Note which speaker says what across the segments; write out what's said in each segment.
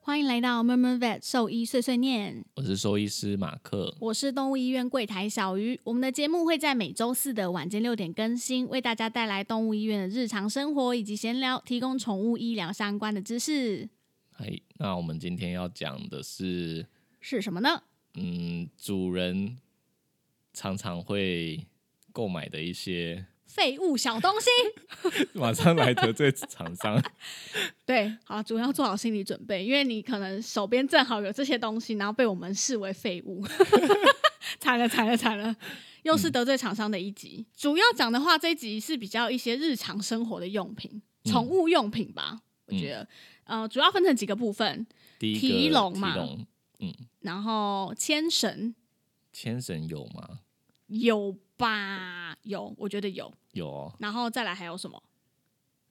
Speaker 1: 欢迎来到 Murmur Vet 兽医碎碎念，
Speaker 2: 我是兽医师马克。
Speaker 1: 我是动物医院柜台小鱼。我们的节目会在每周四的晚间六点更新，为大家带来动物医院的日常生活以及闲聊，提供宠物医疗相关的知识。
Speaker 2: 哎，那我们今天要讲的是，
Speaker 1: 是什么呢？
Speaker 2: 嗯，主人常常会购买的一些，
Speaker 1: 废物小东西。
Speaker 2: 马上来得罪厂商。
Speaker 1: 对，好，主要做好心理准备，因为你可能手边正好有这些东西，然后被我们视为废物， 惨了惨了惨了，又是得罪厂商的一集。主要讲的话，这一集是比较一些日常生活的用品，宠物用品吧，我觉得，呃，主要分成几个部分，
Speaker 2: 第一个
Speaker 1: 提笼嘛
Speaker 2: 提笼嗯，
Speaker 1: 然后牵绳
Speaker 2: 牵绳有吗？
Speaker 1: 有吧？有，我觉得有，
Speaker 2: 有、哦。
Speaker 1: 然后再来还有什么？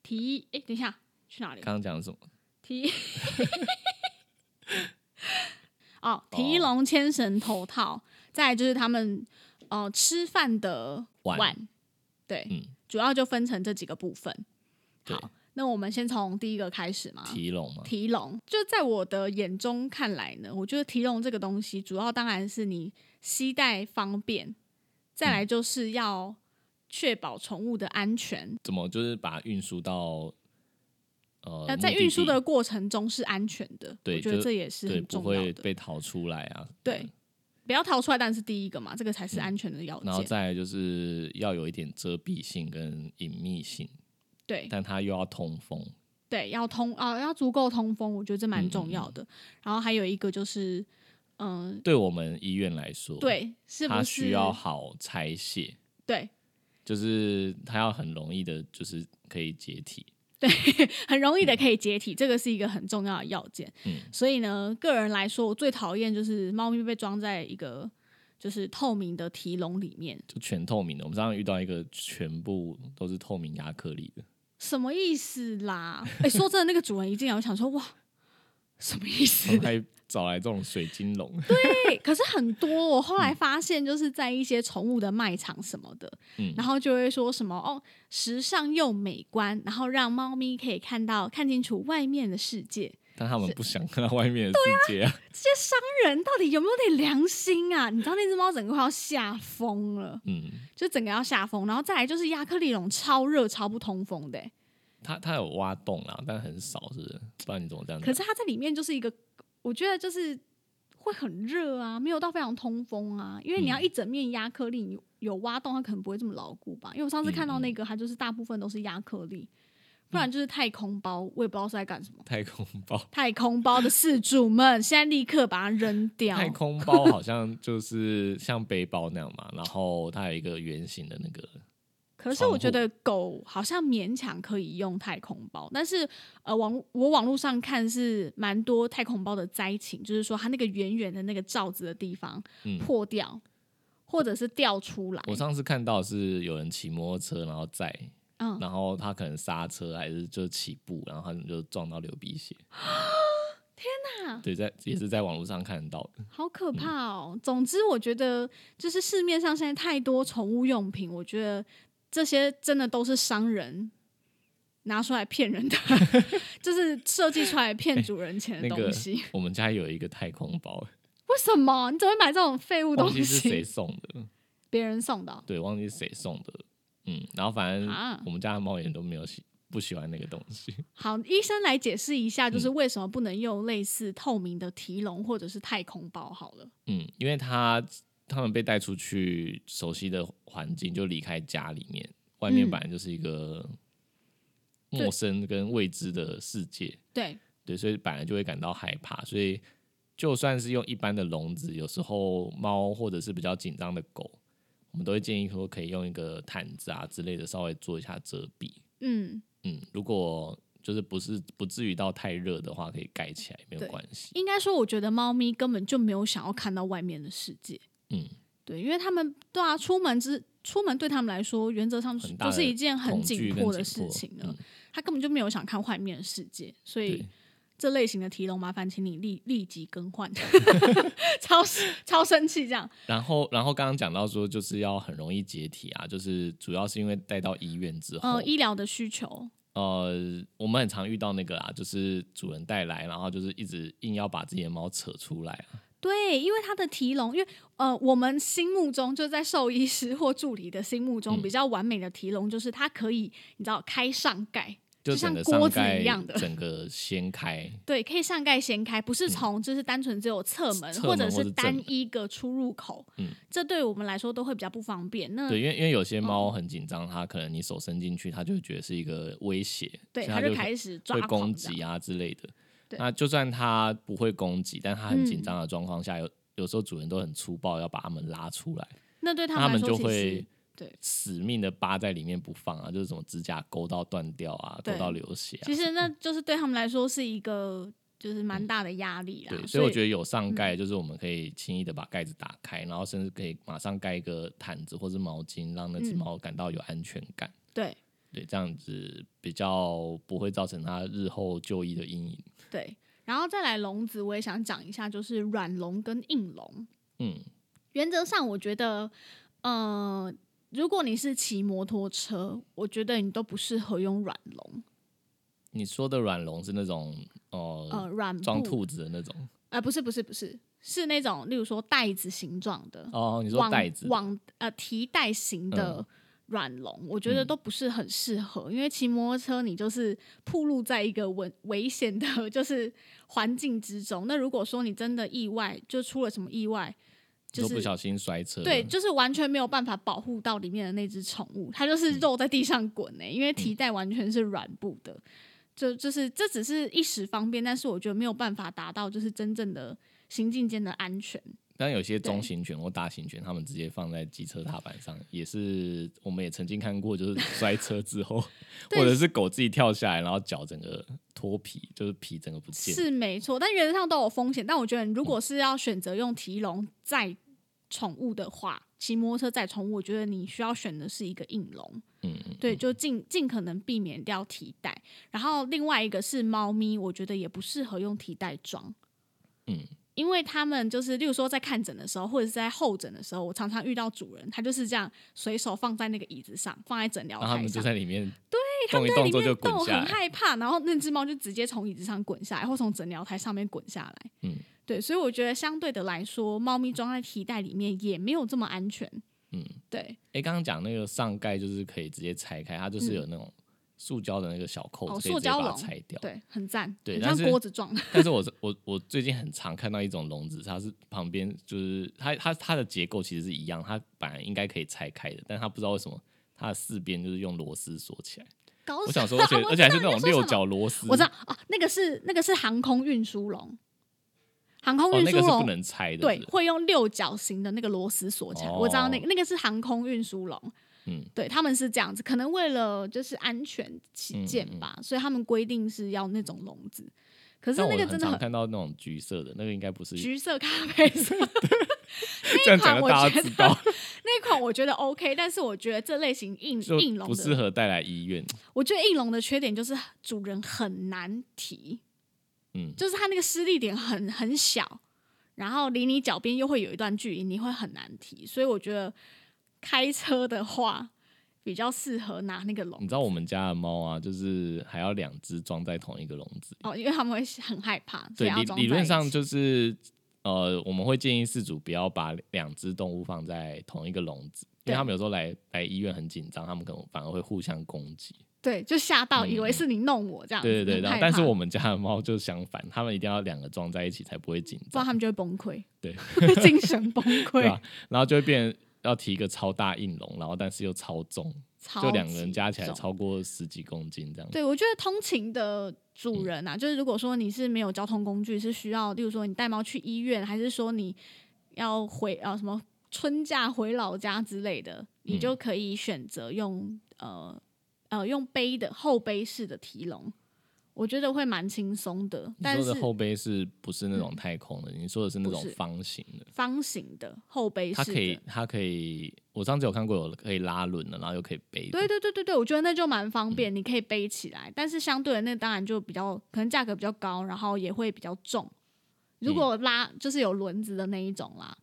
Speaker 1: 提，哎，等一下，去哪里？
Speaker 2: 刚刚讲什么？
Speaker 1: 提 哦，提笼、牵绳、头套，再来就是他们呃吃饭的
Speaker 2: 碗
Speaker 1: 对，
Speaker 2: 嗯
Speaker 1: 主要就分成这几个部分。
Speaker 2: 对，
Speaker 1: 好，那我们先从第一个开始嘛。
Speaker 2: 提笼嘛。
Speaker 1: 提笼，就在我的眼中看来呢，我觉得提笼这个东西，主要当然是你携带方便，再
Speaker 2: 嗯
Speaker 1: 来就是要确保宠物的安全，
Speaker 2: 怎么就是把它运输到呃，
Speaker 1: 那在
Speaker 2: 目的地
Speaker 1: 运输的过程中是安全的，
Speaker 2: 对
Speaker 1: 我觉得
Speaker 2: 就
Speaker 1: 这也是
Speaker 2: 对
Speaker 1: 很
Speaker 2: 不
Speaker 1: 重要
Speaker 2: 会
Speaker 1: 的。
Speaker 2: 被逃出来啊。
Speaker 1: 对，不要逃出来，但是第一个嘛，这个才是安全的要
Speaker 2: 嗯然后
Speaker 1: 件。
Speaker 2: 再来就是要有一点遮蔽性跟隐秘性，
Speaker 1: 对
Speaker 2: 但它又要通风。
Speaker 1: 对，要通啊、要足够通风，我觉得这蛮
Speaker 2: 嗯嗯
Speaker 1: 重要的。然后还有一个就是，嗯、
Speaker 2: 对我们医院来说，，
Speaker 1: 对，是不
Speaker 2: 它
Speaker 1: 是
Speaker 2: 需要好拆卸，
Speaker 1: 对，
Speaker 2: 就是它要很容易的，就是可以解体。
Speaker 1: 很容易的可以解体，这个是一个很重要的要件。
Speaker 2: 嗯
Speaker 1: 所以呢，个人来说，我最讨厌就是猫咪被装在一个就是透明的提笼里面，
Speaker 2: 就全透明的，我们上次遇到一个全部都是透明亚克力的，
Speaker 1: 什么意思啦？哎、说真的，那个主人一进来，我想说哇，什么意思
Speaker 2: 我？们 还找来这种水晶笼，
Speaker 1: 对，哎可是很多我后来发现，就是在一些宠物的卖场什么的，
Speaker 2: 嗯
Speaker 1: 然后就会说什么哦，时尚又美观，然后让猫咪可以看到看清楚外面的世界。
Speaker 2: 但他们不想看到外面的世界啊。
Speaker 1: 这些商人到底有没有点良心啊？你知道那只猫整个快要吓疯了，
Speaker 2: 嗯，
Speaker 1: 就整个要吓疯，然后再来就是亚克力笼超热超不通风的欸、
Speaker 2: 它它有挖洞啦，但很少，是不是？不然你怎么这样
Speaker 1: 可
Speaker 2: 讲？
Speaker 1: 是它在里面就是一个，我觉得就是会很热啊，没有到非常通风啊，因为你要一整面压克力，你有挖洞，它可能不会这么牢固吧。因为我上次看到那个，它就是大部分都是压克力，不然就是太空包，我也不知道是在干什么。
Speaker 2: 太空包，
Speaker 1: 太空包的饲主们，现在立刻把它扔掉。
Speaker 2: 太空包好像就是像背包那样嘛，然后它有一个圆形的那个，
Speaker 1: 可是我觉得狗好像勉强可以用太空包，但是呃，网我网络上看是蛮多太空包的灾情，就是说它那个圆圆的那个罩子的地方
Speaker 2: 嗯
Speaker 1: 破掉，或者是掉出来。
Speaker 2: 我上次看到是有人骑摩托车，然后载，
Speaker 1: 嗯，
Speaker 2: 然后他可能刹车还是就起步，然后他们就撞到流鼻 血。天
Speaker 1: 哪
Speaker 2: 对，在也是在网络上看到的。
Speaker 1: 好可怕哦！总之，我觉得就是市面上现在太多宠物用品，我觉得这些真的都是商人。拿出来骗 人的， 就是设计出来骗主人钱的
Speaker 2: 哎那个
Speaker 1: 东西。
Speaker 2: 我们家有一个太空包，
Speaker 1: 为什么你怎么会买这种废物东
Speaker 2: 忘记是
Speaker 1: 西？
Speaker 2: 谁送的，
Speaker 1: 别人送的哦、
Speaker 2: 对，忘记是谁送的。嗯，然后反正
Speaker 1: 啊
Speaker 2: 我们家的猫也都没有喜不喜欢那个东西。
Speaker 1: 好，医生来解释一下，
Speaker 2: 嗯
Speaker 1: 就是为什么不能用类似透明的提笼或者是太空包好了。
Speaker 2: 嗯，因为它它们被带出去熟悉的环境，就离开家里面，外面
Speaker 1: 嗯
Speaker 2: 本来就是一个
Speaker 1: 对
Speaker 2: 陌生跟未知的世界。
Speaker 1: 对，
Speaker 2: 对，所以本来就会感到害怕，所以就算是用一般的笼子，有时候猫或者是比较紧张的狗，我们都会建议说可以用一个毯子啊之类的稍微做一下遮蔽。
Speaker 1: 嗯，
Speaker 2: 嗯，如果就是不是不至于到太热的话，可以盖起来没有
Speaker 1: 对
Speaker 2: 关系。
Speaker 1: 应该说，我觉得猫咪根本就没有想要看到外面的世界。
Speaker 2: 嗯，
Speaker 1: 对，因为他们对啊，出门之出门对他们来说，原则上
Speaker 2: 很大
Speaker 1: 就
Speaker 2: 的
Speaker 1: 是一件很
Speaker 2: 恐惧
Speaker 1: 紧
Speaker 2: 跟
Speaker 1: 迫的
Speaker 2: 紧
Speaker 1: 事
Speaker 2: 迫
Speaker 1: 情了
Speaker 2: 嗯。
Speaker 1: 他根本就没有想看外面的世界，所以
Speaker 2: 对
Speaker 1: 这类型的提笼，麻烦请你立立即更换， 超超生气这样。
Speaker 2: 然后然后刚刚讲到说
Speaker 1: 哦
Speaker 2: 就是要很容易解体啊，就是主要是因为带到医院之后，
Speaker 1: 呃，医疗的需求，
Speaker 2: 呃，我们很常遇到那个啦，就是主人带来，然后就是一直硬要把自己的猫扯出来啊。
Speaker 1: 对，因为它的提笼，因为呃，我们心目中就在兽医师或助理的心目中、
Speaker 2: 嗯
Speaker 1: 比较完美的提笼，就是它可以你知道开上盖，
Speaker 2: 就
Speaker 1: 就像
Speaker 2: 整个
Speaker 1: 锅
Speaker 2: 上
Speaker 1: 子
Speaker 2: 盖
Speaker 1: 一样的
Speaker 2: 整个 掀开，
Speaker 1: 对，可以上盖掀开，不是从就是单纯只有侧门、
Speaker 2: 嗯侧
Speaker 1: 或者
Speaker 2: 门或
Speaker 1: 是
Speaker 2: 是
Speaker 1: 单
Speaker 2: 正门
Speaker 1: 一个出入口，
Speaker 2: 嗯
Speaker 1: 这对我们来说都会比较不方便。那
Speaker 2: 对，因为因为有些
Speaker 1: 嗯
Speaker 2: 猫很紧张，它可能你手伸进去，它就会觉得是一个威胁，
Speaker 1: 对，
Speaker 2: 所以它
Speaker 1: 就
Speaker 2: 会
Speaker 1: 开始抓
Speaker 2: 会
Speaker 1: 狂
Speaker 2: 攻
Speaker 1: 这样
Speaker 2: 击啊之类的。
Speaker 1: 对
Speaker 2: 那就算它不会攻击，但它很紧
Speaker 1: 嗯
Speaker 2: 张的状况下，有有时候主人都很粗暴，要把它们拉出来，
Speaker 1: 那对
Speaker 2: 那
Speaker 1: 他
Speaker 2: 它
Speaker 1: 们来说
Speaker 2: 们就
Speaker 1: 其实
Speaker 2: 会
Speaker 1: 对
Speaker 2: 死命的扒在里面不放啊，就是什么指甲勾到断掉啊，勾
Speaker 1: 对
Speaker 2: 到流血啊
Speaker 1: 其。实那就是对他们来说是一个就是蛮大的压力啦。
Speaker 2: 嗯对，所以我觉
Speaker 1: 得
Speaker 2: 得有上
Speaker 1: 嗯
Speaker 2: 盖，就是我们可以轻易的把盖子打开，然后甚至可以马上盖一个毯子或是毛巾，让那只
Speaker 1: 嗯
Speaker 2: 猫感到有安全感。
Speaker 1: 对
Speaker 2: 对，这样子比较不会造成它日后就医的阴影。
Speaker 1: 对。然后再来笼子，我也想讲一下，就是软笼跟硬笼。
Speaker 2: 嗯，
Speaker 1: 原则上，我觉得，呃，如果你是骑摩托车，我觉得你都不适合用软笼，
Speaker 2: 你说的软笼是那种
Speaker 1: 呃，
Speaker 2: 呃
Speaker 1: 软
Speaker 2: 装
Speaker 1: 布，
Speaker 2: 兔子的那种
Speaker 1: 呃，不是不是不是，是那种例如说袋子形状的，
Speaker 2: 哦，你说
Speaker 1: 网
Speaker 2: 袋子
Speaker 1: 网呃提袋型的软笼，我觉得
Speaker 2: 嗯
Speaker 1: 都不是很适合，因为骑摩托车你就是暴露在一个危危险的， 就是环境之中。那如果说你真的意外，就出了什么意外，
Speaker 2: 你
Speaker 1: 就
Speaker 2: 说不
Speaker 1: 是。
Speaker 2: 小心摔车，
Speaker 1: 对，，就是完全没有办法保护到里面的那只宠物，它就是肉在地上滚欸呢、因为提袋完全是软布的，就就是这只是一时方便，但是我觉得没有办法达到就是真正的行进间的安全。
Speaker 2: 但有些中
Speaker 1: 对
Speaker 2: 型犬或大型犬，它们直接放在机车踏板上，也是我们也曾经看过，就是摔车 之后，
Speaker 1: 对
Speaker 2: 或者是狗自己跳下来，然后脚整个脱皮，就是皮整个不见。
Speaker 1: 是没错，但原则上都有风险。但我觉得，如果是要选择用提笼载宠物的话，骑摩托车载宠物，我觉得你需要选的是一个硬笼，
Speaker 2: 嗯嗯，
Speaker 1: 对，就尽尽可能避免掉提袋。然后另外一个是猫咪，我觉得也不适合用提袋装，
Speaker 2: 嗯，
Speaker 1: 因为他们就是，例如说在看诊的时候，或者是在候诊的时候，我常常遇到主人，他就是这样随手放在那个椅子上，放在诊疗
Speaker 2: 然后它
Speaker 1: 台
Speaker 2: 啊们就
Speaker 1: 上。
Speaker 2: 在里面，
Speaker 1: 它
Speaker 2: 动一
Speaker 1: 在
Speaker 2: 动
Speaker 1: 里
Speaker 2: 之后
Speaker 1: 面
Speaker 2: 就滚
Speaker 1: 动，
Speaker 2: 下
Speaker 1: 很
Speaker 2: 来。
Speaker 1: 害怕，然后那只猫就直接从椅子上滚下来，或从诊疗台上面滚下来。
Speaker 2: 嗯，
Speaker 1: 对，所以我觉得相对的来说，猫咪装在皮带里面也没有这么安全。
Speaker 2: 嗯，
Speaker 1: 对，
Speaker 2: 哎，刚刚讲那个上盖就是可以直接拆开，它就是有那种塑胶的那个小扣
Speaker 1: 嗯哦
Speaker 2: 子，可以直接
Speaker 1: 塑胶
Speaker 2: 把它
Speaker 1: 笼
Speaker 2: 拆掉。
Speaker 1: 对，很赞，
Speaker 2: 对
Speaker 1: 很
Speaker 2: 但
Speaker 1: 像
Speaker 2: 是
Speaker 1: 锅子状的。
Speaker 2: 但是我是我我最近很常看到一种笼子，它是旁边就是它它它的结构其实是一样，它本来应该可以拆开的，但它不知道为什么它的四边就是用螺丝锁起来。
Speaker 1: 搞
Speaker 2: 我
Speaker 1: 什
Speaker 2: 想
Speaker 1: 么？
Speaker 2: 说，而且而且还是那种
Speaker 1: 你在说什
Speaker 2: 六
Speaker 1: 么
Speaker 2: 角螺丝，
Speaker 1: 我知道哦，那个是那个是航空运输笼，航空
Speaker 2: 哦，
Speaker 1: 运
Speaker 2: 那
Speaker 1: 输
Speaker 2: 个是不
Speaker 1: 笼、
Speaker 2: 能拆的，
Speaker 1: 对
Speaker 2: 是不是哦
Speaker 1: 会用六角形的那个螺丝锁起来。我知道那个那个是航空运输笼，
Speaker 2: 嗯，
Speaker 1: 对他们是这样子，可能为了就是安全起
Speaker 2: 嗯
Speaker 1: 见
Speaker 2: 嗯
Speaker 1: 吧，所以他们规定是要那种笼子。可是
Speaker 2: 但
Speaker 1: 那
Speaker 2: 我
Speaker 1: 个
Speaker 2: 很
Speaker 1: 真的
Speaker 2: 常
Speaker 1: 很
Speaker 2: 看到那种橘色的，那个应该不是
Speaker 1: 橘色、咖啡色，
Speaker 2: 这样
Speaker 1: 款
Speaker 2: 讲的，
Speaker 1: 我
Speaker 2: 大
Speaker 1: 觉
Speaker 2: 家知
Speaker 1: 得
Speaker 2: 道，
Speaker 1: 那一款我觉得 OK，但是我觉得这类型硬
Speaker 2: 就
Speaker 1: 硬笼
Speaker 2: 不适
Speaker 1: 的，
Speaker 2: 合带来医院。
Speaker 1: 我觉得硬笼的缺点就是主人很难提，
Speaker 2: 嗯，
Speaker 1: 就是它那个施力点很很小，然后离你脚边又会有一段距离，你会很难提，所以我觉得开车的话比较适合拿那个笼
Speaker 2: 你知道我们家的猫啊，就是还要两只装在同一个笼子里。
Speaker 1: 哦，因为他们会很害怕，所以
Speaker 2: 对，
Speaker 1: 要
Speaker 2: 理
Speaker 1: 装
Speaker 2: 理
Speaker 1: 在
Speaker 2: 论
Speaker 1: 一
Speaker 2: 上
Speaker 1: 起
Speaker 2: 就是呃，我们会建议饲主不要把两只动物放在同一个笼子，因
Speaker 1: 对
Speaker 2: 为他们有时候来来医院很紧张，他们可能反而会互相攻击。
Speaker 1: 对，就吓到以为
Speaker 2: 嗯
Speaker 1: 是你弄我这样子，
Speaker 2: 对对对，
Speaker 1: 啊很
Speaker 2: 然后
Speaker 1: 害
Speaker 2: 但是
Speaker 1: 怕
Speaker 2: 我们家的猫就相反，它们一定要两个装在一起才不会紧
Speaker 1: 不然
Speaker 2: 张，
Speaker 1: 他们就会崩溃，
Speaker 2: 对，
Speaker 1: 精神崩
Speaker 2: 对啊
Speaker 1: 溃，
Speaker 2: 吧、然后就会变成要提一个超大硬笼，然后但是又超重，
Speaker 1: 超
Speaker 2: 就两个
Speaker 1: 级
Speaker 2: 人加起来
Speaker 1: 重
Speaker 2: 超过十几公斤这样。
Speaker 1: 对，我觉得通勤的
Speaker 2: 嗯
Speaker 1: 主人啊，就是如果说你是没有交通工具，是需要，例如说你带猫去医院，还是说你要回呃什么春假回老家之类的，你
Speaker 2: 嗯
Speaker 1: 就可以选择用呃呃用背的后背式的提笼，我觉得会蛮轻松的。但
Speaker 2: 你说
Speaker 1: 是嗯
Speaker 2: 的后背是不是那种太空的？你说的是那
Speaker 1: 不
Speaker 2: 种
Speaker 1: 是
Speaker 2: 方形的？
Speaker 1: 方形的后背
Speaker 2: 它
Speaker 1: 式
Speaker 2: 可以
Speaker 1: 的。，
Speaker 2: 它可以，我上次有看过有可以拉轮的，然后又可以背着。
Speaker 1: 对对对对对，我觉得那就蛮方便，你可以背起来。但是相对的，那当然就比较可能价格比较高，然后也会比较重。如果拉就是有轮子的那一种啦，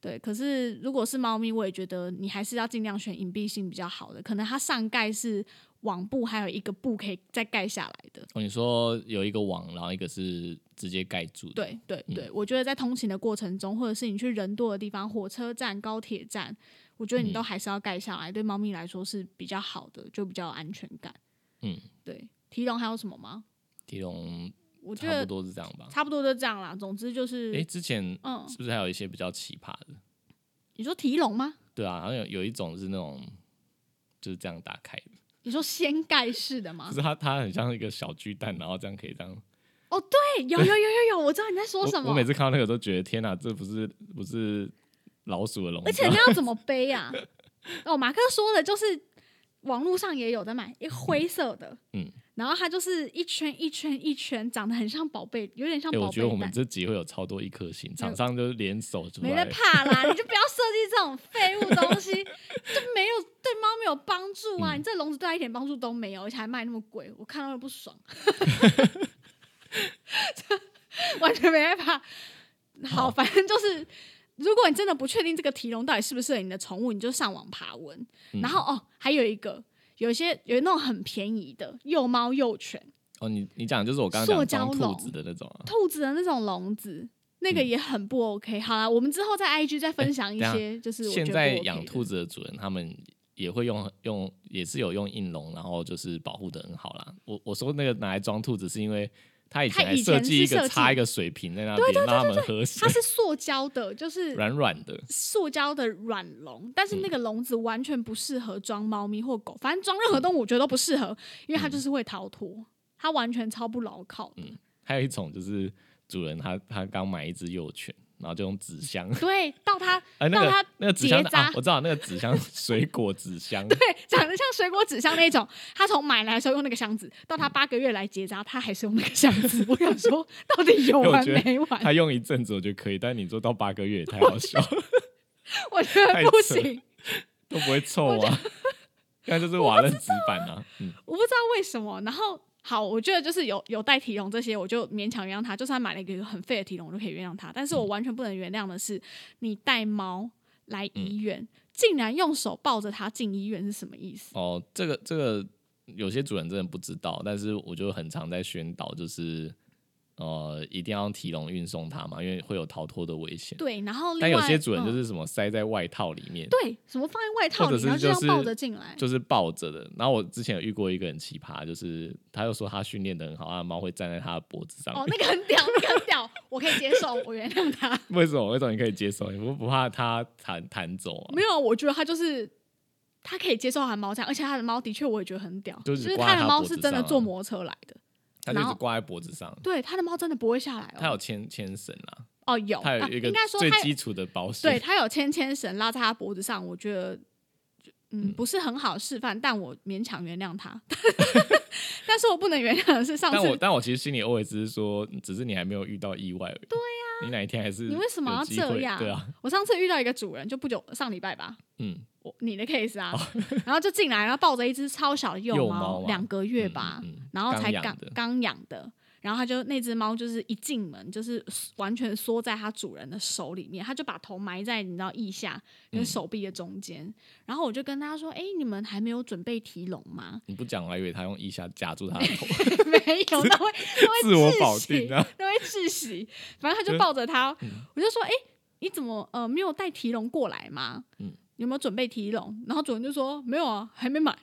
Speaker 1: 对，可是如果是猫咪，我也觉得你还是要尽量选隐蔽性比较好的，可能它上盖是网布，还有一个布可以再盖下来的。
Speaker 2: 哦，你说有一个网，然后一个是直接盖住的，
Speaker 1: 对对对，我觉得在通勤的过程中，或者是你去人多的地方，火车站、高铁站，我觉得你
Speaker 2: 嗯
Speaker 1: 都还是要盖下来，对猫咪来说是比较好的，就比较有安全感。
Speaker 2: 嗯，
Speaker 1: 对。提笼还有什么吗？
Speaker 2: 提笼
Speaker 1: 我觉
Speaker 2: 差不
Speaker 1: 得
Speaker 2: 多是这样吧。
Speaker 1: 差不多就这样啦。总之就是，
Speaker 2: 诶，之前
Speaker 1: 嗯，
Speaker 2: 是不是还有一些比较奇葩的？
Speaker 1: 你说提笼吗？
Speaker 2: 对啊，好像有有一种是那种就是这样打开的，
Speaker 1: 你说掀盖式的吗
Speaker 2: 就？是它它很像一个小巨蛋，然后这样可以这样。
Speaker 1: 对，哎有有有有有，我知道你在说什
Speaker 2: 我
Speaker 1: 么
Speaker 2: 我。每次看到那个都觉得天哪，这不是不是老鼠的笼
Speaker 1: 而
Speaker 2: 子
Speaker 1: 且
Speaker 2: 吗，
Speaker 1: 那要怎么背啊？哦，马克说的就是网络上也有在买，一灰色的，
Speaker 2: 嗯，
Speaker 1: 然后它就是一圈一圈一圈，长得很像宝贝，有点像
Speaker 2: 欸我
Speaker 1: 宝
Speaker 2: 觉得我
Speaker 1: 贝
Speaker 2: 们
Speaker 1: 蛋。
Speaker 2: 这集会有超多一颗星，厂商就是联手出
Speaker 1: 没在
Speaker 2: 来。
Speaker 1: 怕 啦，你就不要设计这种废物东西，就没有对猫没有帮助啊！
Speaker 2: 嗯
Speaker 1: 你这笼子对它一点帮助都没有，而且还卖那么贵，我看到了不爽， 完全没害怕。好，
Speaker 2: 好
Speaker 1: 反正就是，如果你真的不确定这个提笼到底适不适合你的宠物，你就上网爬文。
Speaker 2: 嗯
Speaker 1: 然后哦，还有一个，有一些有那种很便宜的幼猫幼犬，
Speaker 2: 哦，你你讲就是我刚
Speaker 1: 塑
Speaker 2: 刚
Speaker 1: 胶
Speaker 2: 讲装
Speaker 1: 笼
Speaker 2: 兔子的那种啊。
Speaker 1: 兔子的那种笼子。那个
Speaker 2: 嗯哎
Speaker 1: 也很不 OK。好啦，我们之后在 IG 再分享一
Speaker 2: 等一下
Speaker 1: 些，就是我觉
Speaker 2: 现
Speaker 1: 得
Speaker 2: 在
Speaker 1: 不 OK
Speaker 2: 养
Speaker 1: 的
Speaker 2: 兔子的主人他们也会用用也是有用硬笼，然后就是保护的很好啦。我我说那个拿来装兔子是因为他以
Speaker 1: 他
Speaker 2: 前还
Speaker 1: 以
Speaker 2: 设
Speaker 1: 前
Speaker 2: 计
Speaker 1: 是
Speaker 2: 一个
Speaker 1: 设计
Speaker 2: 插一个水瓶在那边让他们喝水
Speaker 1: 它，是塑胶的， 就是
Speaker 2: 软软的。
Speaker 1: 塑胶的软笼，但
Speaker 2: 嗯
Speaker 1: 是那个笼子完全不适合装猫咪或狗，反正装任何动物我觉得都不适合，因为
Speaker 2: 嗯
Speaker 1: 它就是会逃脱，它完全超不牢靠的。
Speaker 2: 还有一种就是主人他他刚买一只幼犬，然后就用纸箱，
Speaker 1: 对，到 它
Speaker 2: 哎、那
Speaker 1: 到它
Speaker 2: 个那个纸箱
Speaker 1: 结
Speaker 2: 啊
Speaker 1: 扎，
Speaker 2: 我知道那个纸箱水果纸箱，
Speaker 1: 对长得像水果纸箱那种，它从买来的时候用那个箱子，到它八个月来结扎，它还是用那个箱子。我想说，到底有
Speaker 2: 因为我
Speaker 1: 完
Speaker 2: 觉得
Speaker 1: 没完？
Speaker 2: 他用一阵子我觉得可以，但你做到八个月也太好笑了，
Speaker 1: 我觉
Speaker 2: 太
Speaker 1: 得不
Speaker 2: 扯了
Speaker 1: 行。
Speaker 2: 都不会臭 啊。那就是瓦楞纸板啊，嗯，
Speaker 1: 我不知道为什么。然后好，我觉得就是有有带体笼这些，我就勉强原谅他。就算他买了一个很废的体笼，我就可以原谅他。但是我完全不能原谅的是，你带猫来医院，竟然用手抱着它进医院，是什么意思？
Speaker 2: 哦，这个这个有些主人真的不知道，但是我就很常在宣导，就是呃，一定要用提笼运送它嘛，因为会有逃脱的危险。
Speaker 1: 对，然后另外
Speaker 2: 但有些主人
Speaker 1: 嗯
Speaker 2: 就、是什么塞在外套里面，
Speaker 1: 对什么放在外套
Speaker 2: 或者
Speaker 1: 里，
Speaker 2: 是
Speaker 1: 然后这样
Speaker 2: 就是
Speaker 1: 抱着进来。
Speaker 2: 就是抱着的。然后我之前有遇过一个很奇葩，就是他又说他训练的很好，他的猫会站在他的脖子上
Speaker 1: 哦，
Speaker 2: 面。
Speaker 1: 那个很 屌，那个很屌，我可以接受，我原谅他。
Speaker 2: 为什么？为什么你可以接受？你不不怕它弹弹走啊？
Speaker 1: 没有，我觉得他就是他可以接受他的猫这样，而且他的猫的确我也觉得很屌，就
Speaker 2: 就
Speaker 1: 是是
Speaker 2: 挂
Speaker 1: 他
Speaker 2: 在
Speaker 1: 的
Speaker 2: 它
Speaker 1: 猫
Speaker 2: 脖
Speaker 1: 是
Speaker 2: 子
Speaker 1: 真的
Speaker 2: 上啊
Speaker 1: 坐摩托车来的。
Speaker 2: 它就一
Speaker 1: 然
Speaker 2: 直
Speaker 1: 后哦
Speaker 2: 挂在脖子上。
Speaker 1: 对，它的猫真的不会下来哦。
Speaker 2: 它有牵牵绳啊，
Speaker 1: 哦，有，
Speaker 2: 它有
Speaker 1: 啊
Speaker 2: 一个
Speaker 1: 应该说
Speaker 2: 最
Speaker 1: 它有
Speaker 2: 基础的保险
Speaker 1: 对。它有牵牵绳拉在它脖子上，我觉得就嗯不是很好示范，但我勉强原谅它。 但是我不能原谅的是上
Speaker 2: 但我
Speaker 1: 次
Speaker 2: 但我其实心里偶尔只是说，只是你还没有遇到意外而已。对呀、你哪一天还是
Speaker 1: 啊你为什么
Speaker 2: 有
Speaker 1: 要
Speaker 2: 机
Speaker 1: 这
Speaker 2: 会
Speaker 1: 样
Speaker 2: 对啊，
Speaker 1: 我上次遇到一个主人，就不久上礼拜吧，
Speaker 2: 嗯，
Speaker 1: 我你的 case 啊，然后就进来，然后抱着一只超小的
Speaker 2: 哦幼
Speaker 1: 幼
Speaker 2: 猫啊
Speaker 1: 两个月
Speaker 2: 嗯
Speaker 1: 吧，
Speaker 2: 嗯嗯
Speaker 1: 然后才
Speaker 2: 刚养
Speaker 1: 刚
Speaker 2: 的
Speaker 1: 刚养的。然后它就那只猫就是一进门就是完全缩在它主人的手里面，它就把头埋在你知道腋下跟
Speaker 2: 嗯
Speaker 1: 手臂的中间。然后我就跟他说：“哎，你们还没有准备提笼吗
Speaker 2: 你不讲，我还以为他用腋下夹住他的 头，？”
Speaker 1: 没有，它会它会
Speaker 2: 自我
Speaker 1: 窒
Speaker 2: 否
Speaker 1: 息
Speaker 2: 定啊。
Speaker 1: 它会窒息。反正他就抱着它，
Speaker 2: 嗯
Speaker 1: 我就说：“哎，你怎么呃没有带提笼过来吗？
Speaker 2: 嗯
Speaker 1: 有没有准备提笼？”然后主人就说：“没有啊，还没买。”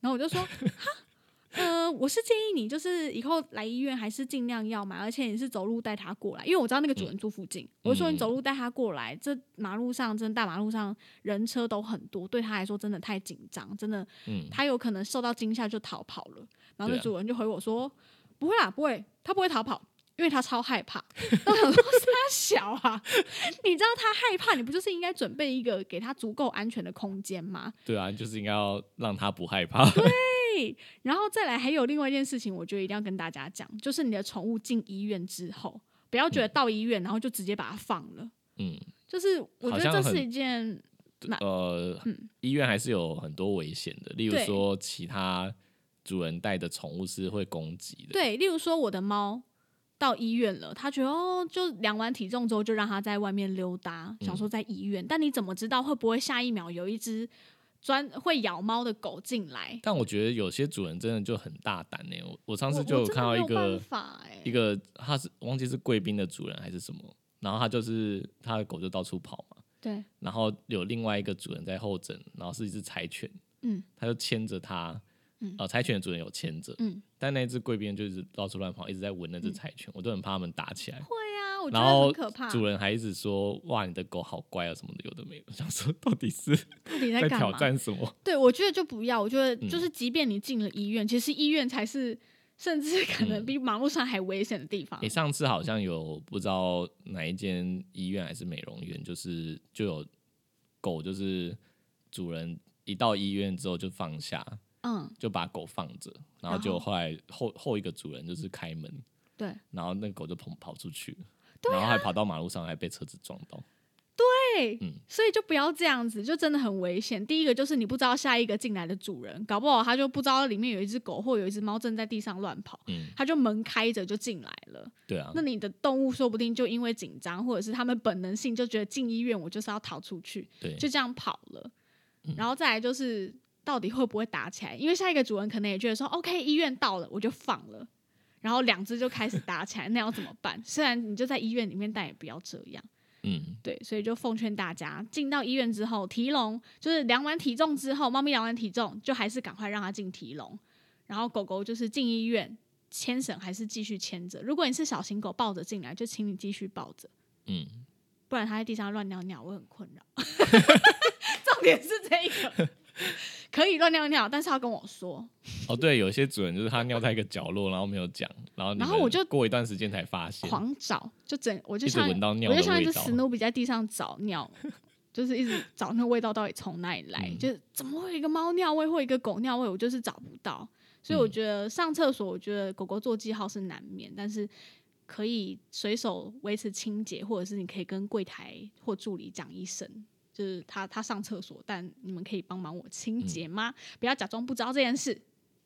Speaker 1: 然后我就说：“哈，呃，我是建议你就是以后来医院还是尽量要买，而且你是走路带它过来，因为我知道那个主人住附近。我就说
Speaker 2: 嗯
Speaker 1: 你走路带它过来，这马路上真的大马路上人车都很多，对他来说真的太紧张，真的
Speaker 2: 嗯，
Speaker 1: 他有可能受到惊吓就逃跑了。然后那
Speaker 2: 对啊
Speaker 1: 主人就回我说：“不会啦，不会，他不会逃跑，因为他超害怕。” 那我想说他小啊，你知道他害怕，你不就是应该准备一个给他足够安全的空间吗？
Speaker 2: 对啊，就是应该要让他不害怕。
Speaker 1: 啊然后再来还有另外一件事情，我觉得一定要跟大家讲，就是你的宠物进医院之后，不要觉得到医院然后就直接把它放了，
Speaker 2: 嗯，
Speaker 1: 就是我觉
Speaker 2: 好
Speaker 1: 得
Speaker 2: 像
Speaker 1: 这
Speaker 2: 很
Speaker 1: 是一件那
Speaker 2: 呃，
Speaker 1: 嗯
Speaker 2: 医院还是有很多危险的，例如
Speaker 1: 对
Speaker 2: 说其他主人带的宠物是会攻击的。
Speaker 1: 对，例如说我的猫，到医院了，他觉得哦，就量完体重之后就让他在外面溜达，想
Speaker 2: 嗯
Speaker 1: 说在医院，但你怎么知道会不会下一秒有一只专会咬猫的狗进来？
Speaker 2: 但我觉得有些主人真的就很大胆呢、我我上
Speaker 1: 我
Speaker 2: 次
Speaker 1: 我
Speaker 2: 就有
Speaker 1: 真的
Speaker 2: 看到
Speaker 1: 没
Speaker 2: 一
Speaker 1: 有办
Speaker 2: 个
Speaker 1: 法哎、
Speaker 2: 一个，他是忘记是贵宾的主人还是什么，然后他就是他的狗就到处跑嘛，
Speaker 1: 对，嗯
Speaker 2: 然后有另外一个主人在候诊，然后是一只柴犬，
Speaker 1: 嗯，
Speaker 2: 他就牵着它，
Speaker 1: 嗯
Speaker 2: 呃，柴犬的主人有牵着，
Speaker 1: 嗯，
Speaker 2: 但那只贵宾就是到处乱跑，一直在闻那只柴犬，我都很怕他们打起来。
Speaker 1: 会啊，我觉
Speaker 2: 然
Speaker 1: 得
Speaker 2: 后
Speaker 1: 很可怕。
Speaker 2: 主人还一直说：“哇，你的狗好乖啊，什么的，有的没有。”我想说，到底是
Speaker 1: 到底
Speaker 2: 在
Speaker 1: 干
Speaker 2: 挑
Speaker 1: 嘛？
Speaker 2: 战什么？
Speaker 1: 对，我觉得就不要。我觉得就
Speaker 2: 嗯
Speaker 1: 是，即便你进了医院，其实医院才是甚至
Speaker 2: 嗯
Speaker 1: 可能比马路上还危险的地方。
Speaker 2: 你、上次好像有不知道哪一间医院还是美容院，就是就有狗，就是主人一到医院之后就放下，
Speaker 1: 嗯，
Speaker 2: 就把狗放着，然后
Speaker 1: 然
Speaker 2: 就
Speaker 1: 后
Speaker 2: 后来后后一个主人就是开门，
Speaker 1: 哦对啊
Speaker 2: 然后那个狗就跑跑出去，然后还跑到马路上，还被车子撞到。
Speaker 1: 对，
Speaker 2: 嗯
Speaker 1: 所以就不要这样子，就真的很危险。第一个就是你不知道下一个进来的主人，搞不好他就不知道里面有一只狗或有一只猫正在地上乱跑，
Speaker 2: 嗯，
Speaker 1: 他就门开着就进来了。
Speaker 2: 对啊，
Speaker 1: 那你的动物说不定就因为紧张，或者是他们本能性就觉得进医院我就是要逃出去，
Speaker 2: 对，嗯
Speaker 1: 就这样跑了。然后再来就是到底会不会打起来？因为下一个主人可能也觉得说，OK，医院到了我就放了，然后两只就开始打起来，那要怎么办？虽然你就在医院里面，但也不要这样。
Speaker 2: 嗯，
Speaker 1: 对，所以就奉劝大家，进到医院之后，提笼就是量完体重之后，猫咪量完体重，就还是赶快让它进提笼，然后狗狗就是进医院。牵绳还是继续牵着。如果你是小型狗抱着进来，就请你继续抱着，
Speaker 2: 嗯，
Speaker 1: 不然它在地上乱尿尿，我会很困扰。 重点是这个， 可以乱尿尿，但是要跟我说。
Speaker 2: 哦，对，有些主人就是他尿在一个角落，然后没有讲，然后你
Speaker 1: 然后
Speaker 2: 们
Speaker 1: 我就
Speaker 2: 过一段时间才发现，
Speaker 1: 狂找，就整我就
Speaker 2: 一直
Speaker 1: 像
Speaker 2: 闻到尿
Speaker 1: 我
Speaker 2: 的
Speaker 1: 就像一
Speaker 2: 味
Speaker 1: 只
Speaker 2: 道
Speaker 1: 史。努比在地上找尿，就是一直找那味道到底从哪里来，
Speaker 2: 嗯
Speaker 1: 就是怎么会有一个猫尿味或一个狗尿味，我就是找不到。所以我
Speaker 2: 嗯
Speaker 1: 觉得上厕所，我觉得狗狗做记号是难免，但是可以随手维持清洁，或者是你可以跟柜台或助理讲一声，就是他他上厕所，但你们可以帮忙我清洁吗？不要假装不知道这件事。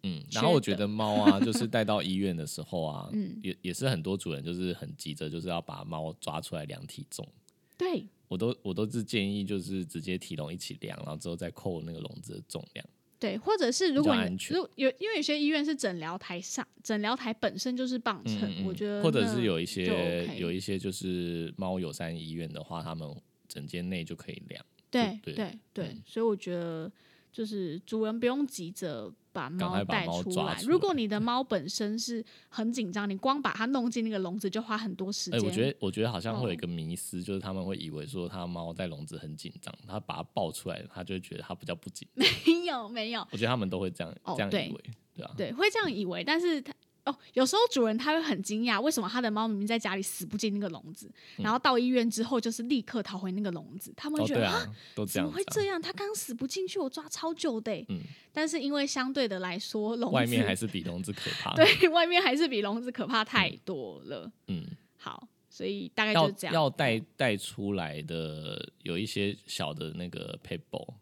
Speaker 2: 嗯，
Speaker 1: 缺
Speaker 2: 然后我觉
Speaker 1: 德
Speaker 2: 得猫啊，就是带到医院的时候啊，
Speaker 1: 嗯
Speaker 2: 也也是很多主人就是很急着，就是要把猫抓出来量体重。
Speaker 1: 对
Speaker 2: 我都我都是建议，就是直接体笼一起量，然后之后再扣那个笼子的重量。
Speaker 1: 对，或者是如果
Speaker 2: 比较
Speaker 1: 你
Speaker 2: 安全
Speaker 1: 如果有，因为有些医院是诊疗台上，诊疗台本身就是磅秤，
Speaker 2: 嗯，
Speaker 1: 我
Speaker 2: 嗯
Speaker 1: 觉得
Speaker 2: 或者
Speaker 1: 那
Speaker 2: 是有一
Speaker 1: 就
Speaker 2: 些
Speaker 1: OK
Speaker 2: 有一些就是猫友善医院的话，他们整间内就可以量，
Speaker 1: 对
Speaker 2: 对
Speaker 1: 对对
Speaker 2: 嗯，
Speaker 1: 所以我觉得就是主人不用急着把
Speaker 2: 赶
Speaker 1: 猫
Speaker 2: 快把
Speaker 1: 带
Speaker 2: 猫
Speaker 1: 出
Speaker 2: 抓
Speaker 1: 来。
Speaker 2: 出
Speaker 1: 如果
Speaker 2: 来嗯
Speaker 1: 你的猫本身是很紧张，你光把它弄进那个笼子就花很多时
Speaker 2: 哎、
Speaker 1: 间。
Speaker 2: 我觉得我觉得好像会有一
Speaker 1: 哦
Speaker 2: 个迷思，就是他们会以为说他猫在笼子很紧张，他把它抱出来，他就会觉得他比较不紧。
Speaker 1: 没有没有，
Speaker 2: 我觉得他们都会这样、
Speaker 1: 哦
Speaker 2: 这样
Speaker 1: 对
Speaker 2: 以为，对啊，
Speaker 1: 对，会这样以为，但是它哦，有时候主人他会很惊讶，为什么他的猫明明在家里死不进那个笼子，然后到医院之后就是立刻逃回那个笼子，他们
Speaker 2: 嗯哦
Speaker 1: 会觉
Speaker 2: 对
Speaker 1: 得、
Speaker 2: 啊，都这
Speaker 1: 怎么
Speaker 2: 样子
Speaker 1: 会
Speaker 2: 啊、
Speaker 1: 这样？他刚死不进去，我抓超久的欸、
Speaker 2: 嗯
Speaker 1: 但是因为相对的来说，笼子
Speaker 2: 外面还是啊比笼子可怕。，
Speaker 1: 对 外面还是比笼子可怕太多了。
Speaker 2: 嗯，
Speaker 1: 好，所以大概就
Speaker 2: 要
Speaker 1: 是这样。
Speaker 2: 要带带出来的有一些小的那个 p a b l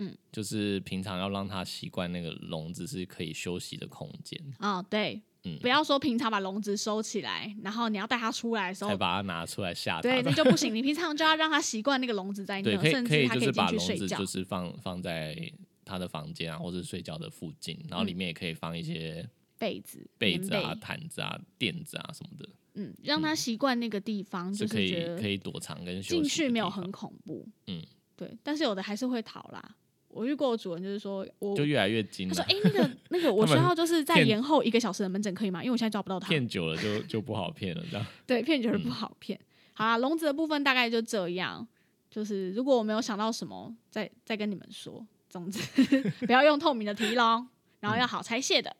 Speaker 1: 嗯，
Speaker 2: 就是平常要让它习惯那个笼子是可以休息的空间，
Speaker 1: 啊、对，
Speaker 2: 嗯
Speaker 1: 不要说平常把笼子收起来，然后你要带它出来的时
Speaker 2: 才
Speaker 1: 候，
Speaker 2: 把它拿出来吓
Speaker 1: 对，那
Speaker 2: 它的。
Speaker 1: 就不行。你平常就要让它习惯那个笼子 在
Speaker 2: 对，
Speaker 1: 那，
Speaker 2: 可以
Speaker 1: 甚
Speaker 2: 可
Speaker 1: 至
Speaker 2: 以
Speaker 1: 它
Speaker 2: 就是
Speaker 1: 进
Speaker 2: 把
Speaker 1: 去
Speaker 2: 笼
Speaker 1: 睡
Speaker 2: 子
Speaker 1: 觉
Speaker 2: 就。是放放在它的房间啊，或者睡觉的附近，然后里面也可以放一些
Speaker 1: 被子、
Speaker 2: 被
Speaker 1: 嗯棉
Speaker 2: 子啊、毯子啊、垫子啊什么的，
Speaker 1: 嗯，让它习惯那个地方，就是
Speaker 2: 可
Speaker 1: 是
Speaker 2: 以
Speaker 1: 觉得
Speaker 2: 可以躲藏跟休息
Speaker 1: 进
Speaker 2: 的地方。
Speaker 1: 去没有很恐怖。
Speaker 2: 嗯，
Speaker 1: 对，但是有的还是会逃啦。我遇过的主人就是说我。
Speaker 2: 就越来越精
Speaker 1: 他说
Speaker 2: 了：“，
Speaker 1: 哎、那个那个，我需
Speaker 2: 他们
Speaker 1: 要就是在
Speaker 2: 骗
Speaker 1: 延后一个小时的门诊可以吗？因为我现在抓不到他。”
Speaker 2: 骗嗯久了就就不好骗了，这样。
Speaker 1: 对，骗觉得不好骗。好啦，笼子的部分大概就这样。就是如果我没有想到什么，再再跟你们说。总之， 不要用透明的提笼，然后要好拆卸的。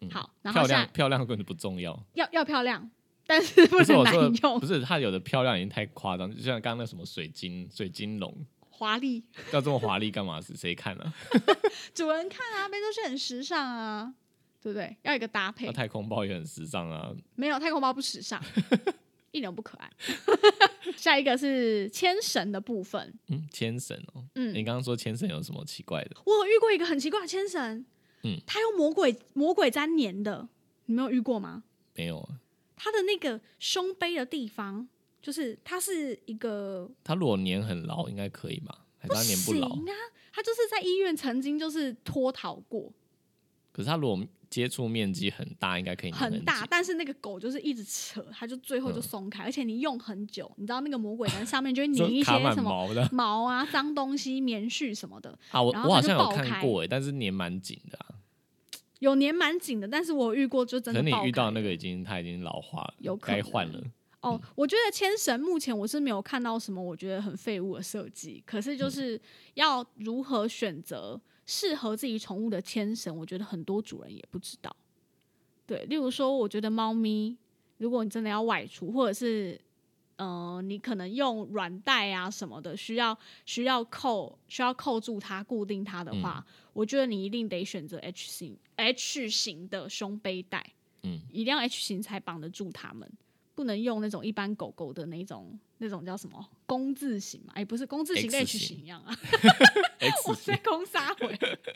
Speaker 2: 嗯
Speaker 1: 好，然
Speaker 2: 漂
Speaker 1: 后下
Speaker 2: 亮漂亮根本不重要。
Speaker 1: 要要漂亮，但是不
Speaker 2: 不是
Speaker 1: 能
Speaker 2: 我
Speaker 1: 难
Speaker 2: 说的，
Speaker 1: 用
Speaker 2: 不，是它有的漂亮已经太夸张，就像刚刚那什么水晶水晶龙，
Speaker 1: 华丽。
Speaker 2: 要这么华丽干嘛？是谁看 啊？
Speaker 1: 主人看啊，贝都是很时尚啊，对不对？要有一个搭配
Speaker 2: 那，哦太空包也很时尚啊。
Speaker 1: 没有太空包不时 尚，一点都不可爱。 下一个是牵绳的部分，
Speaker 2: 嗯，牵绳哦，
Speaker 1: 嗯，
Speaker 2: 你刚刚说牵绳有什么奇怪的？
Speaker 1: 我有遇过一个很奇怪的牵绳，
Speaker 2: 嗯
Speaker 1: 它用魔鬼魔鬼粘粘的，你没有遇过吗？
Speaker 2: 没有啊，
Speaker 1: 它的那个胸杯的地方，就是它是一个
Speaker 2: 它如果粘很牢，应该可以吧？还是它粘不
Speaker 1: 行
Speaker 2: 牢？
Speaker 1: 啊，它就是在医院曾经就是脱逃过
Speaker 2: 可是它如果接触面积很大，应该可以粘
Speaker 1: 很
Speaker 2: 紧
Speaker 1: 大，。但是那个狗就是一直扯，它就最后就
Speaker 2: 嗯
Speaker 1: 松开，而且你用很久，你知道那个魔鬼灯上面就会
Speaker 2: 就
Speaker 1: 粘一
Speaker 2: 卡
Speaker 1: 些
Speaker 2: 满
Speaker 1: 什么
Speaker 2: 毛的
Speaker 1: 毛啊、脏东西、棉絮什么的，
Speaker 2: 啊！我
Speaker 1: 然后
Speaker 2: 我好
Speaker 1: 它就
Speaker 2: 像有
Speaker 1: 爆开
Speaker 2: 看过哎、但是粘蛮紧的、啊。
Speaker 1: 有粘蛮紧的，但是我有遇过就
Speaker 2: 可
Speaker 1: 真的
Speaker 2: 能你
Speaker 1: 爆
Speaker 2: 遇到
Speaker 1: 开
Speaker 2: 那个已经它已经老化了，
Speaker 1: 有可
Speaker 2: 该换
Speaker 1: 能
Speaker 2: 了。
Speaker 1: 哦， 我觉得牵绳目前我是没有看到什么我觉得很废物的设计，可是就是要如何选择适合自己宠物的牵绳，我觉得很多主人也不知道。对，例如说，我觉得猫咪，如果你真的要外出，或者是呃，你可能用软带啊什么的，需要需要扣需要扣住它固定它的话，
Speaker 2: 嗯
Speaker 1: 我觉得你一定得选择 H 型 H 型的胸背带。
Speaker 2: 嗯，
Speaker 1: 一定要 H 型才绑得住它们，不能用那种一般狗狗的那种那种叫什么工字型嘛？哎、不是工字型跟 H
Speaker 2: X 型
Speaker 1: 型一样啊，
Speaker 2: X
Speaker 1: 我
Speaker 2: 型
Speaker 1: 在攻杀回。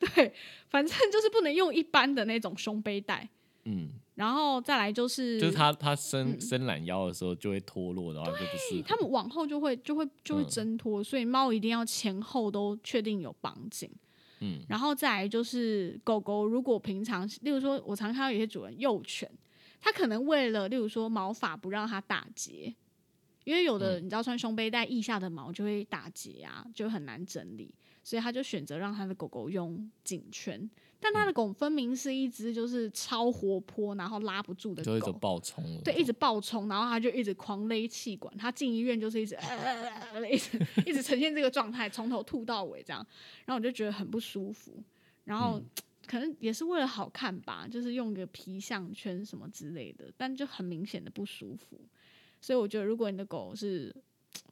Speaker 1: 对，反正就是不能用一般的那种胸背带，
Speaker 2: 嗯，
Speaker 1: 然后再来就是嗯
Speaker 2: 就是它它伸伸懒腰的时候就会脱落，然后就不是
Speaker 1: 它们往后就会就会就会
Speaker 2: 嗯
Speaker 1: 挣脱，所以猫一定要前后都确定有绑紧。
Speaker 2: 嗯，
Speaker 1: 然后再来就是狗狗，如果平常，例如说，我常看到有些主人幼犬，它可能为了例如说毛发不让它打结，因为有
Speaker 2: 嗯
Speaker 1: 的你知道穿胸背带腋下的毛就会打结啊，就很难整理，所以他就选择让他的狗狗用颈圈。但
Speaker 2: 嗯
Speaker 1: 他的狗分明是一只就是超活泼，然后拉不住的
Speaker 2: 就会一直
Speaker 1: 狗，
Speaker 2: 爆冲了。
Speaker 1: 对，一直爆冲，然后他就一直狂勒气管，他进医院就是一直、呃呃呃呃一直一直呈现这个状态，从头吐到尾这样，然后我就觉得很不舒服，然后。可能也是为了好看吧，就是用个皮项圈什么之类的，但就很明显的不舒服。所以我觉得，如果你的狗是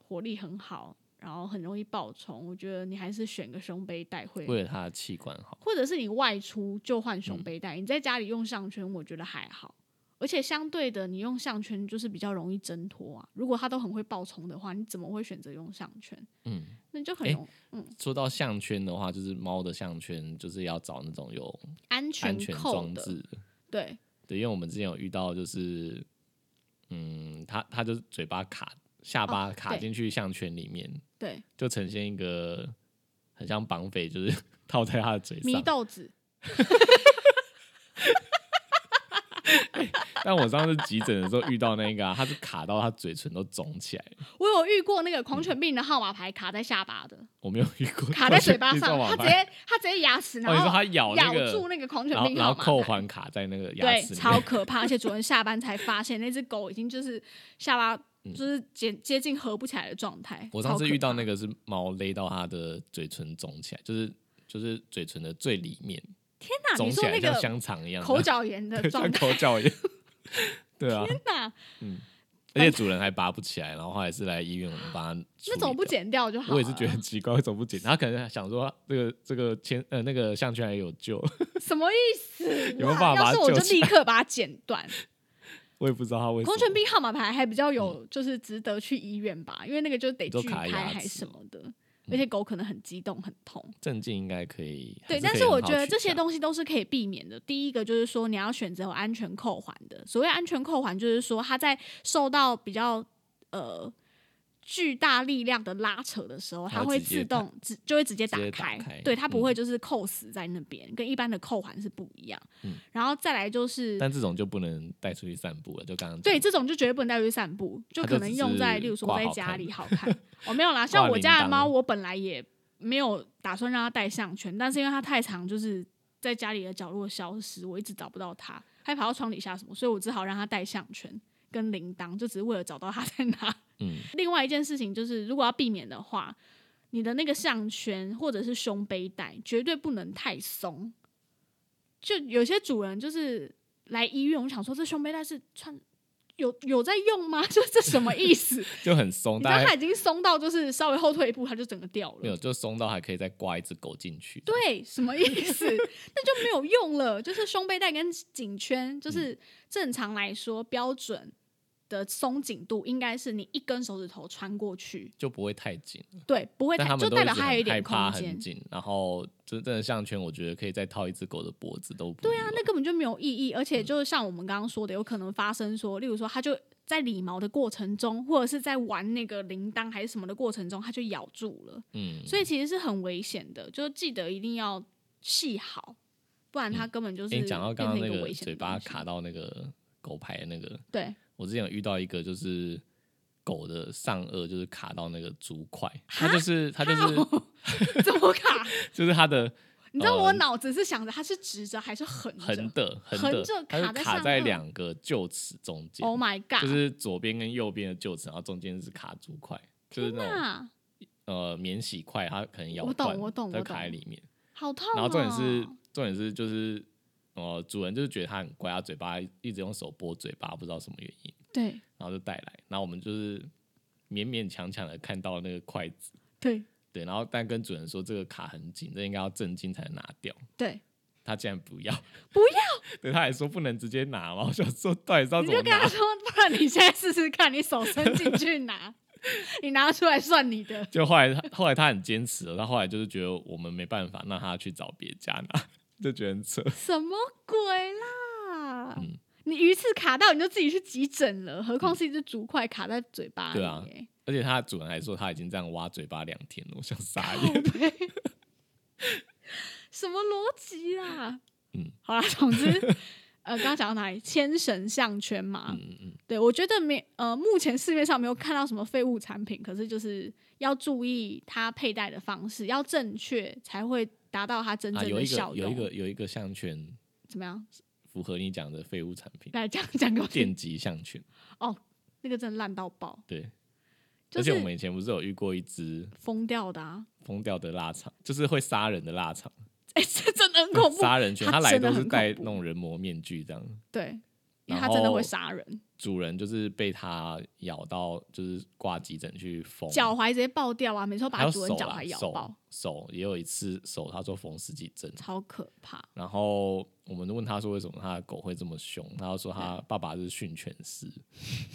Speaker 1: 活力很好，然后很容易爆冲，我觉得你还是选个胸背带会
Speaker 2: 为了它的气管好。
Speaker 1: 或者是你外出就换胸
Speaker 2: 嗯
Speaker 1: 背带，你在家里用项圈，我觉得还好。而且相对的，你用项圈就是比较容易挣脱啊。如果它都很会爆冲的话，你怎么会选择用项圈？
Speaker 2: 嗯，
Speaker 1: 那就很
Speaker 2: 诶
Speaker 1: 容、
Speaker 2: 说到项圈的话，就是猫的项圈，就是要找那种有
Speaker 1: 安全
Speaker 2: 安全
Speaker 1: 扣
Speaker 2: 装
Speaker 1: 的。
Speaker 2: 置的。
Speaker 1: 对，
Speaker 2: 对，因为我们之前有遇到，就是嗯，它它就是嘴巴卡下巴卡
Speaker 1: 哦对
Speaker 2: 进去项圈里面，
Speaker 1: 对，
Speaker 2: 就呈现一个很像绑匪，就是 套在它的嘴
Speaker 1: 迷
Speaker 2: 上。
Speaker 1: 豆子，
Speaker 2: 但我上次急诊的时候遇到那个、啊，它是卡到它嘴唇都肿起来了，
Speaker 1: 我有遇过那个狂
Speaker 2: 嗯
Speaker 1: 犬病的号码牌卡在下巴 的，
Speaker 2: 我没有遇过
Speaker 1: 卡在嘴巴
Speaker 2: 你知
Speaker 1: 上，
Speaker 2: 道吗
Speaker 1: 它直接它直接牙齿，
Speaker 2: 哦，你
Speaker 1: 然
Speaker 2: 说
Speaker 1: 后
Speaker 2: 它咬那
Speaker 1: 咬住
Speaker 2: 个，
Speaker 1: 那个狂犬
Speaker 2: 然后
Speaker 1: 病
Speaker 2: 然
Speaker 1: 号
Speaker 2: 后
Speaker 1: 码
Speaker 2: 扣
Speaker 1: 牌。
Speaker 2: 环卡在那个牙
Speaker 1: 对，
Speaker 2: 齿里
Speaker 1: 超
Speaker 2: 面，
Speaker 1: 可怕。而且主人下班才发现，那只狗已经就是下巴就是接接近合不起来的状态。
Speaker 2: 嗯我上次遇到那
Speaker 1: 个，
Speaker 2: 个是猫勒到它的嘴唇肿起来，就是就是嘴唇的最里面
Speaker 1: 天哪！
Speaker 2: 肿
Speaker 1: 你
Speaker 2: 起
Speaker 1: 说
Speaker 2: 来，
Speaker 1: 那
Speaker 2: 像
Speaker 1: 个
Speaker 2: 香肠一样的，
Speaker 1: 口角炎的
Speaker 2: 对
Speaker 1: 状
Speaker 2: 像
Speaker 1: 态，
Speaker 2: 口角 一样。对啊，
Speaker 1: 天哪！
Speaker 2: 而且主人还拔不起来，然后后来是来医院，我们帮它。
Speaker 1: 那怎么不？剪掉就好了？
Speaker 2: 我也是觉得很奇怪，为什么不剪？他可能想说这个这个签呃那个项圈还有救，
Speaker 1: 什么意思？
Speaker 2: 有没有办法把
Speaker 1: 要
Speaker 2: 它
Speaker 1: 是我就
Speaker 2: 救起
Speaker 1: 立刻把它剪断。
Speaker 2: 我也不知道他 为什
Speaker 1: 狂
Speaker 2: 么。嗯
Speaker 1: 犬病号码牌还比较有，就是值得去医院吧，因为那个就得
Speaker 2: 你都
Speaker 1: 锯
Speaker 2: 卡
Speaker 1: 开
Speaker 2: 牙齿嗯
Speaker 1: 还什么的，而且狗可能很激动很痛。
Speaker 2: 镇静应该可以。
Speaker 1: 对，
Speaker 2: 还
Speaker 1: 但
Speaker 2: 可以
Speaker 1: 是我
Speaker 2: 很好
Speaker 1: 觉得
Speaker 2: 取
Speaker 1: 这些
Speaker 2: 下
Speaker 1: 东西都是可以避免的。第一个就是说，你要选择有安全扣环的。所谓安全扣环，就是说它在受到比较呃巨大力量的拉扯的时候，
Speaker 2: 它
Speaker 1: 它
Speaker 2: 会
Speaker 1: 会
Speaker 2: 直接
Speaker 1: 自动自就会直接打
Speaker 2: 直接打
Speaker 1: 开，
Speaker 2: 开
Speaker 1: 对，它不
Speaker 2: 嗯
Speaker 1: 会就是扣死在那边，跟一般的扣环是不一样。
Speaker 2: 嗯
Speaker 1: 然后再来就是。
Speaker 2: 但这种就不能带出去散步了，就刚刚
Speaker 1: 对，
Speaker 2: 讲
Speaker 1: 这种就绝对不能带出去散步，就
Speaker 2: 它
Speaker 1: 可
Speaker 2: 就
Speaker 1: 能
Speaker 2: 只
Speaker 1: 用在，
Speaker 2: 是
Speaker 1: 例如说
Speaker 2: 挂
Speaker 1: 在
Speaker 2: 好
Speaker 1: 家
Speaker 2: 看
Speaker 1: 里 好看。我、哦没有啦，像
Speaker 2: 挂
Speaker 1: 我
Speaker 2: 铃
Speaker 1: 家的
Speaker 2: 铛
Speaker 1: 猫，我本来也没有打算让它戴项圈，但是因为它太长，就是在家里的角落消失，我一直找不到它，还跑到床底下什么，所以我只好让它戴项圈跟铃铛，就只是为了找到它在哪。
Speaker 2: 嗯，
Speaker 1: 另外一件事情就是，如果要避免的话，你的那个项圈或者是胸背带绝对不能太松。就有些主人就是来医院，我想说这胸背带是穿有有在用吗？ 就这什么意思？你
Speaker 2: 就很松，
Speaker 1: 知道
Speaker 2: 大
Speaker 1: 它
Speaker 2: 家
Speaker 1: 已经松到就是稍微后退一步，它就整个掉
Speaker 2: 没有
Speaker 1: 了。
Speaker 2: 就松到还可以再挂一只狗进去。
Speaker 1: 对，什么意思？ 那就没有
Speaker 2: 嗯
Speaker 1: 用了。就是胸背带跟颈圈，就是正常来说标准的松紧度应该是你一根手指头穿过去，
Speaker 2: 就不会太紧，
Speaker 1: 对，不会
Speaker 2: 嗯但
Speaker 1: 太
Speaker 2: 他
Speaker 1: 就
Speaker 2: 们都
Speaker 1: 代
Speaker 2: 一
Speaker 1: 表
Speaker 2: 直
Speaker 1: 它还有一
Speaker 2: 很害
Speaker 1: 点
Speaker 2: 怕
Speaker 1: 空间
Speaker 2: 很。紧，然后真正的项圈，我觉得可以再套一只狗的脖子都不
Speaker 1: 对啊
Speaker 2: 意外，
Speaker 1: 那根本就没有意义，而且
Speaker 2: 嗯
Speaker 1: 就是像我们刚刚说的，有可能发生说，例如说，它就在理毛的过程中，或者是在玩那个铃铛还是什么的过程中，它就咬住了，
Speaker 2: 嗯，
Speaker 1: 所以其实是很危险的。就记得一定要系好，不然它根本就是
Speaker 2: 嗯诶你讲到刚刚
Speaker 1: 变成
Speaker 2: 那
Speaker 1: 一个危
Speaker 2: 个
Speaker 1: 险
Speaker 2: 嘴
Speaker 1: 的
Speaker 2: 巴
Speaker 1: 东西
Speaker 2: 卡，到那个狗牌的那个，
Speaker 1: 对，
Speaker 2: 我之前有遇到一个就是狗的上颚就是卡到那个竹块，它就是它就是
Speaker 1: 怎么卡？
Speaker 2: 就是它的
Speaker 1: 你知道我
Speaker 2: 呃
Speaker 1: 脑子是想着它是直着还是横着
Speaker 2: 横的
Speaker 1: 横
Speaker 2: 的
Speaker 1: 着，
Speaker 2: 它
Speaker 1: 卡在
Speaker 2: 就卡
Speaker 1: 上
Speaker 2: 在
Speaker 1: 颚
Speaker 2: 两个臼齿中间，
Speaker 1: ？Oh my god！
Speaker 2: 就是左边跟右边的臼齿，然后中间是卡竹块，就是那种
Speaker 1: 那
Speaker 2: 呃免洗块，它可能咬
Speaker 1: 我懂
Speaker 2: 断，
Speaker 1: 我懂
Speaker 2: 它
Speaker 1: 我
Speaker 2: 就卡在
Speaker 1: 懂
Speaker 2: 里面。
Speaker 1: 好痛、哦。
Speaker 2: 然后重点是，重点是就是，呃，主人就是觉得它很乖，它嘴巴一直用手拨嘴巴，不知道什么原因，
Speaker 1: 对
Speaker 2: 然后就带来。然后我们就是勉勉强强的看到那个筷子，
Speaker 1: 对
Speaker 2: 对，然后但跟主人说这个卡很紧，这应该要正经才能拿掉。
Speaker 1: 对，
Speaker 2: 他竟然不要，
Speaker 1: 不
Speaker 2: 要， 对，他还说不能直接拿嘛。我想说，到底是要
Speaker 1: 你
Speaker 2: 怎
Speaker 1: 就
Speaker 2: 么
Speaker 1: 跟他
Speaker 2: 拿？
Speaker 1: 说，不然你现在试试看，你手伸进去拿，你拿出来算你的。
Speaker 2: 就后来他，后来他很坚持了，他后来就是觉得我们没办法，那他去找别家拿，就觉得很扯。
Speaker 1: 什么鬼啦？
Speaker 2: 嗯
Speaker 1: 你鱼刺卡到你就自己去急诊了，何况是一只竹块卡在嘴巴里、
Speaker 2: 对啊
Speaker 1: 欸
Speaker 2: 而且他主人还说他已经这样挖嘴巴两天了，我想傻
Speaker 1: 靠
Speaker 2: 眼。
Speaker 1: 背什么逻辑啦？
Speaker 2: 嗯，
Speaker 1: 好啦，总之，呃，刚刚讲到哪里？牵绳项圈嘛，
Speaker 2: 嗯嗯嗯。
Speaker 1: 对，我觉得没呃，目前市面上没有看到什么废物产品，可是就是要注意它佩戴的方式，要正确才会达到它真
Speaker 2: 啊，
Speaker 1: 正
Speaker 2: 有
Speaker 1: 的
Speaker 2: 一个
Speaker 1: 效用。
Speaker 2: 有一个有一个项圈
Speaker 1: 怎么样？
Speaker 2: 符合你讲的废物产品，
Speaker 1: 来讲讲给我听，
Speaker 2: 电极项圈。
Speaker 1: 那个真的烂到爆，
Speaker 2: 对，
Speaker 1: 就
Speaker 2: 而且我
Speaker 1: 是
Speaker 2: 们以前不是有遇过一只
Speaker 1: 疯掉的啊！
Speaker 2: 疯掉的腊肠，就是会杀人的腊肠，
Speaker 1: 哎、这真的很恐怖。
Speaker 2: 杀人犬，
Speaker 1: 它
Speaker 2: 它来
Speaker 1: 真的
Speaker 2: 都是
Speaker 1: 很
Speaker 2: 戴
Speaker 1: 恐怖
Speaker 2: 那种人模面具这样。
Speaker 1: 对，因为
Speaker 2: 然
Speaker 1: 它真的
Speaker 2: 后
Speaker 1: 会杀人，
Speaker 2: 主人就是被它咬到，就是挂急诊去缝
Speaker 1: 脚踝直接爆掉啊！每次都
Speaker 2: 还
Speaker 1: 把
Speaker 2: 有
Speaker 1: 主人
Speaker 2: 手
Speaker 1: 脚
Speaker 2: 啦
Speaker 1: 踝咬
Speaker 2: 手
Speaker 1: 爆，
Speaker 2: 手也有一次手，他说缝十几针。
Speaker 1: 超可怕。
Speaker 2: 然后我们问他说为什么他的狗会这么凶，他就说他
Speaker 1: 嗯
Speaker 2: 爸爸是训犬师，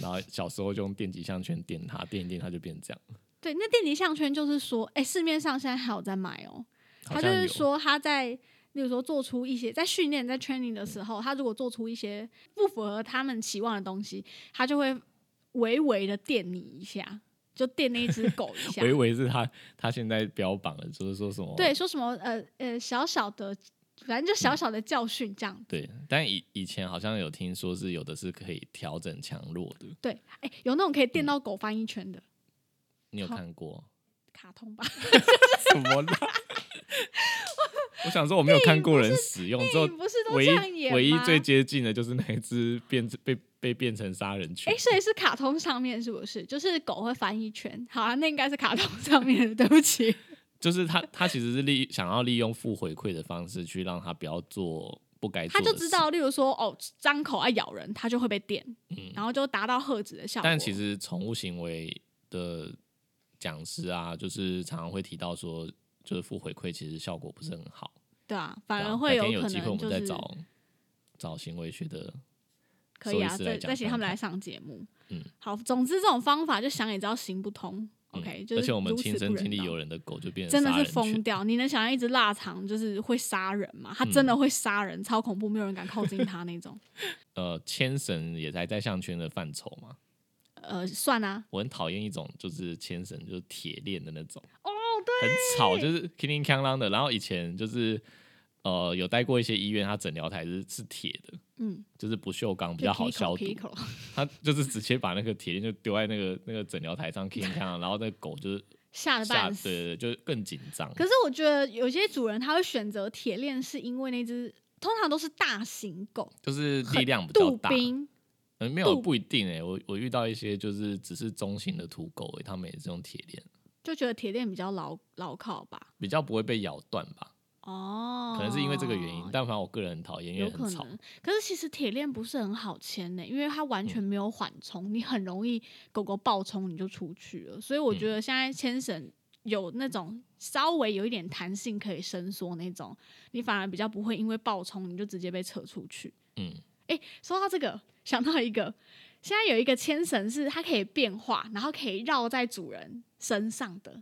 Speaker 2: 然后小时候就用电极项圈电它，电一电它就变这样。
Speaker 1: 对，那电极项圈就是说，哎、市面上现在还有在买哦、他
Speaker 2: 好
Speaker 1: 就
Speaker 2: 像
Speaker 1: 是
Speaker 2: 有
Speaker 1: 说他在，例如说做出一些在训练在 training 的时候，他如果做出一些不符合他们期望的东西，他就会微微的电你一下，就电那一 只狗一下。
Speaker 2: 维维是他他现在标榜了，就是说什么
Speaker 1: 对，说什么呃呃小小的，反正就
Speaker 2: 嗯
Speaker 1: 小小的教训这样。
Speaker 2: 对，但以以前好像有听说是有的是可以调整强弱的，
Speaker 1: 对，哎、有那种可以
Speaker 2: 嗯
Speaker 1: 电到狗翻一圈的
Speaker 2: 你有
Speaker 1: 好
Speaker 2: 看 过
Speaker 1: 卡通吧？
Speaker 2: 什么啦？ 我想说我没有看过人使用，之后
Speaker 1: 你不是都
Speaker 2: 唯
Speaker 1: 这样演
Speaker 2: 一
Speaker 1: 吗？
Speaker 2: 唯一最接近的就是那一只变被被变成杀人犬
Speaker 1: 哎、，所以是卡通上面是不是？就是狗会翻一圈，好啊，那应该是卡通上面的，对不起。
Speaker 2: 就是他他其实是利想要利用负回馈的方式去让他不要做不该做
Speaker 1: 他
Speaker 2: 的事，
Speaker 1: 就知道，例如说哦，张口爱咬人，他就会被电，
Speaker 2: 嗯
Speaker 1: 然后就达到喝止的效果。
Speaker 2: 但其实宠物行为的讲师啊，就是常常会提到说，就是负回馈其实效果不是很好，
Speaker 1: 对啊，
Speaker 2: 对
Speaker 1: 反
Speaker 2: 啊
Speaker 1: 而会
Speaker 2: 改天
Speaker 1: 可
Speaker 2: 有机会我
Speaker 1: 能就
Speaker 2: 们再
Speaker 1: 是
Speaker 2: 找、找行为学的
Speaker 1: 可以
Speaker 2: 兽
Speaker 1: 啊，
Speaker 2: 医师
Speaker 1: 再
Speaker 2: 来讲
Speaker 1: 再请他们
Speaker 2: 看
Speaker 1: 来上节目。
Speaker 2: 嗯，
Speaker 1: 好，总之这种方法就想也知道行不通。
Speaker 2: 嗯
Speaker 1: OK，就是
Speaker 2: 而且我们
Speaker 1: 如此
Speaker 2: 亲身
Speaker 1: 不人
Speaker 2: 经历
Speaker 1: 道
Speaker 2: 有人的狗就变成
Speaker 1: 真的
Speaker 2: 杀
Speaker 1: 是
Speaker 2: 人
Speaker 1: 疯
Speaker 2: 犬，
Speaker 1: 掉。你能想象一只腊肠就是会杀人吗？它
Speaker 2: 嗯
Speaker 1: 真的会杀人，超恐怖，没有人敢靠近它那种。
Speaker 2: 呃，牵绳也才在项圈的范畴嘛。
Speaker 1: 呃，算啊，
Speaker 2: 我很讨厌一种就是牵绳，就是铁链的那种。哦，对，很吵，就是 k i n g 啷啷的。然后以前就是呃有待过一些医院，它诊疗台是是铁的，
Speaker 1: 嗯，
Speaker 2: 就是不锈钢比
Speaker 1: 就
Speaker 2: 较好
Speaker 1: Pico-
Speaker 2: 消毒。
Speaker 1: Pico
Speaker 2: 他就是直接把那个铁链就丢在那个那个诊疗台上 k i n g 然后那个狗就是
Speaker 1: 吓得
Speaker 2: 吓，
Speaker 1: 啊半
Speaker 2: 对
Speaker 1: 死。
Speaker 2: 对对，就更紧张。
Speaker 1: 可是我觉得有些主人他会选择铁链，是因为那只通常都是大型狗，
Speaker 2: 就是力量比较
Speaker 1: 杜
Speaker 2: 大，
Speaker 1: 宾
Speaker 2: 嗯，没
Speaker 1: 杜
Speaker 2: 有不一定哎、我我遇到一些就是只是中型的土狗、欸，他们也是用铁链，
Speaker 1: 就觉得铁链比较牢牢靠吧。
Speaker 2: 比较不会被咬断吧，
Speaker 1: 哦，
Speaker 2: 可能是因为这个原因。但反正我个人很讨厌，因
Speaker 1: 有
Speaker 2: 为
Speaker 1: 可
Speaker 2: 很吵。
Speaker 1: 能。可是其实铁链不是很好牵呢、因为它完
Speaker 2: 嗯
Speaker 1: 全没有缓冲，你很容易狗狗爆冲你就出去了。所以我觉
Speaker 2: 嗯
Speaker 1: 得现在牵绳有那种稍微有一点弹性可以伸缩那种，你反而比较不会因为爆冲你就直接被扯出去。
Speaker 2: 嗯，
Speaker 1: 哎、说到这个，想到一个，现在有一个牵绳是它可以变化，然后可以绕在主人身上的，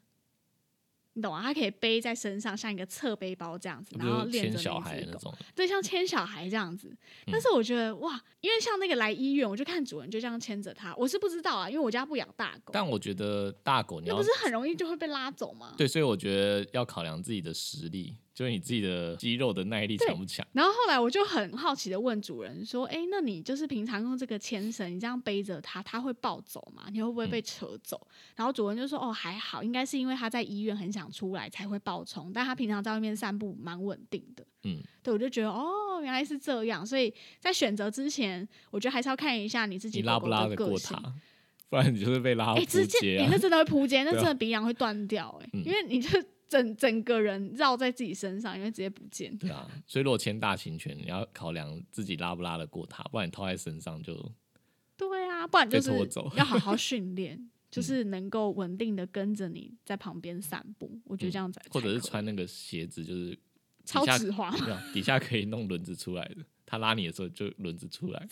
Speaker 1: 你懂吗、它可以背在身上，像一个侧背包这样子，
Speaker 2: 不
Speaker 1: 然后
Speaker 2: 就
Speaker 1: 链
Speaker 2: 牵
Speaker 1: 着
Speaker 2: 小
Speaker 1: 那
Speaker 2: 孩
Speaker 1: 一只
Speaker 2: 那
Speaker 1: 狗。
Speaker 2: 种，
Speaker 1: 对，像牵小孩这样子。
Speaker 2: 嗯
Speaker 1: 但是我觉得、哇，因为像那个来医院，我就看主人就这样牵着它，我是不知道啊，因为我家不养大狗，
Speaker 2: 但我觉得大狗你
Speaker 1: 那
Speaker 2: 要
Speaker 1: 不是很容易就会被拉走吗？
Speaker 2: 对，所以我觉得要考量自己的实力，就是你自己的肌肉的耐力
Speaker 1: 对
Speaker 2: 强不强。
Speaker 1: 然后后来我就很好奇的问主人说：“哎，那你就是平常用这个牵绳，你这样背着它，它会暴走吗？你会
Speaker 2: 嗯
Speaker 1: 不会被扯走？”然后主人就说：“哦，还好，应该是因为它在医院很想出来才会暴冲，但它平常在外面散步蛮稳定的。”
Speaker 2: 嗯，
Speaker 1: 对，我就觉得哦，原来是这样。所以在选择之前，我觉得还是要看一下你自己
Speaker 2: 你拉
Speaker 1: 狗
Speaker 2: 不
Speaker 1: 狗
Speaker 2: 拉
Speaker 1: 的
Speaker 2: 得
Speaker 1: 个
Speaker 2: 过
Speaker 1: 性。
Speaker 2: 它？ 不然你就是被拉
Speaker 1: 哎、
Speaker 2: 扑
Speaker 1: 直接
Speaker 2: 街
Speaker 1: 哎、
Speaker 2: 啊
Speaker 1: 那！真的会扑 街，那
Speaker 2: 对啊
Speaker 1: 真的鼻梁会断掉哎、
Speaker 2: 嗯
Speaker 1: 因为你就整整个人绕在自己身上，因为直接不见。
Speaker 2: 对啊，所以如果牵大型犬，你要考量自己拉不拉得过它，不然你套在身上就
Speaker 1: 对啊，不然
Speaker 2: 被
Speaker 1: 就是
Speaker 2: 拖走
Speaker 1: 要好好训 练，就是能够稳定的跟着你在旁边散步。我觉得这样子、
Speaker 2: 嗯或者是穿那个鞋子，就是底
Speaker 1: 超
Speaker 2: 下
Speaker 1: 直滑，
Speaker 2: 没有底下可以弄轮子出来的，它拉你的时候就轮子出 来。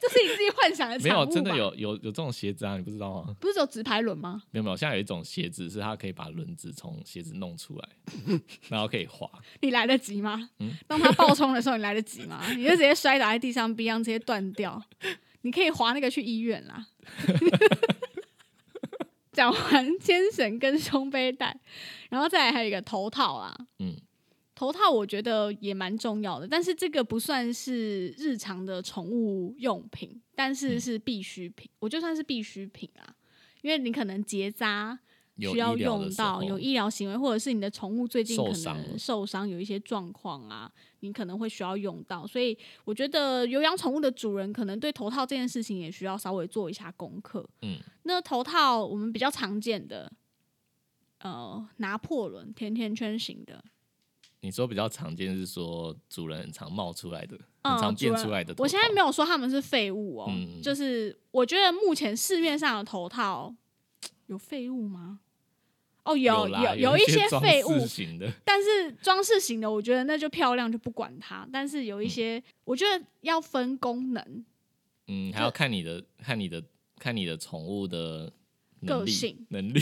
Speaker 1: 这是你自己幻想的
Speaker 2: 没
Speaker 1: 产物
Speaker 2: 有，
Speaker 1: 吧
Speaker 2: 真的，有有有这种鞋子啊，你不知道吗？
Speaker 1: 不是只有直排轮吗？
Speaker 2: 没有没有，现在有一种鞋子是它可以把轮子从鞋子弄出来， 然后可以滑。
Speaker 1: 你来得及吗？ 当它爆冲的时候，你来得及吗？你就直接摔倒在地上，鼻梁直接断掉。你可以划那个去医院啦。 讲完肩绳跟胸背带，然后再来还有一个头套啊，
Speaker 2: 嗯，
Speaker 1: 头套我觉得也蛮重要的，但是这个不算是日常的宠物用品，但是是必需品，我就算是必需品啊，因为你可能结扎
Speaker 2: 有
Speaker 1: 需要
Speaker 2: 医疗的
Speaker 1: 用
Speaker 2: 时
Speaker 1: 到，
Speaker 2: 候
Speaker 1: 有医疗行为，或者是你的宠物最近
Speaker 2: 受
Speaker 1: 可
Speaker 2: 伤
Speaker 1: 能
Speaker 2: 了
Speaker 1: 受伤有一些状况啊，你可能会需要用到，所以我觉得有养宠物的主人可能对头套这件事情也需要稍微做一下功课。
Speaker 2: 嗯，
Speaker 1: 那头套我们比较常见的。呃，拿破仑甜甜圈型的，
Speaker 2: 你说比较常见是说主人很常冒出来的，
Speaker 1: 嗯
Speaker 2: 很常变
Speaker 1: 主人
Speaker 2: 出来的头套。
Speaker 1: 我现在没有说他们是废物哦，
Speaker 2: 嗯
Speaker 1: 就是我觉得目前市面上的头套有废物吗？哦，有
Speaker 2: 啦
Speaker 1: 有
Speaker 2: 有
Speaker 1: 一
Speaker 2: 些装
Speaker 1: 废物，
Speaker 2: 饰型的，
Speaker 1: 但是装饰型的，我觉得那就漂亮就不管它。但是有一些，我觉得要分功能、
Speaker 2: 嗯，还要看你的看你的看你的宠物的能
Speaker 1: 个
Speaker 2: 力
Speaker 1: 性
Speaker 2: 能力，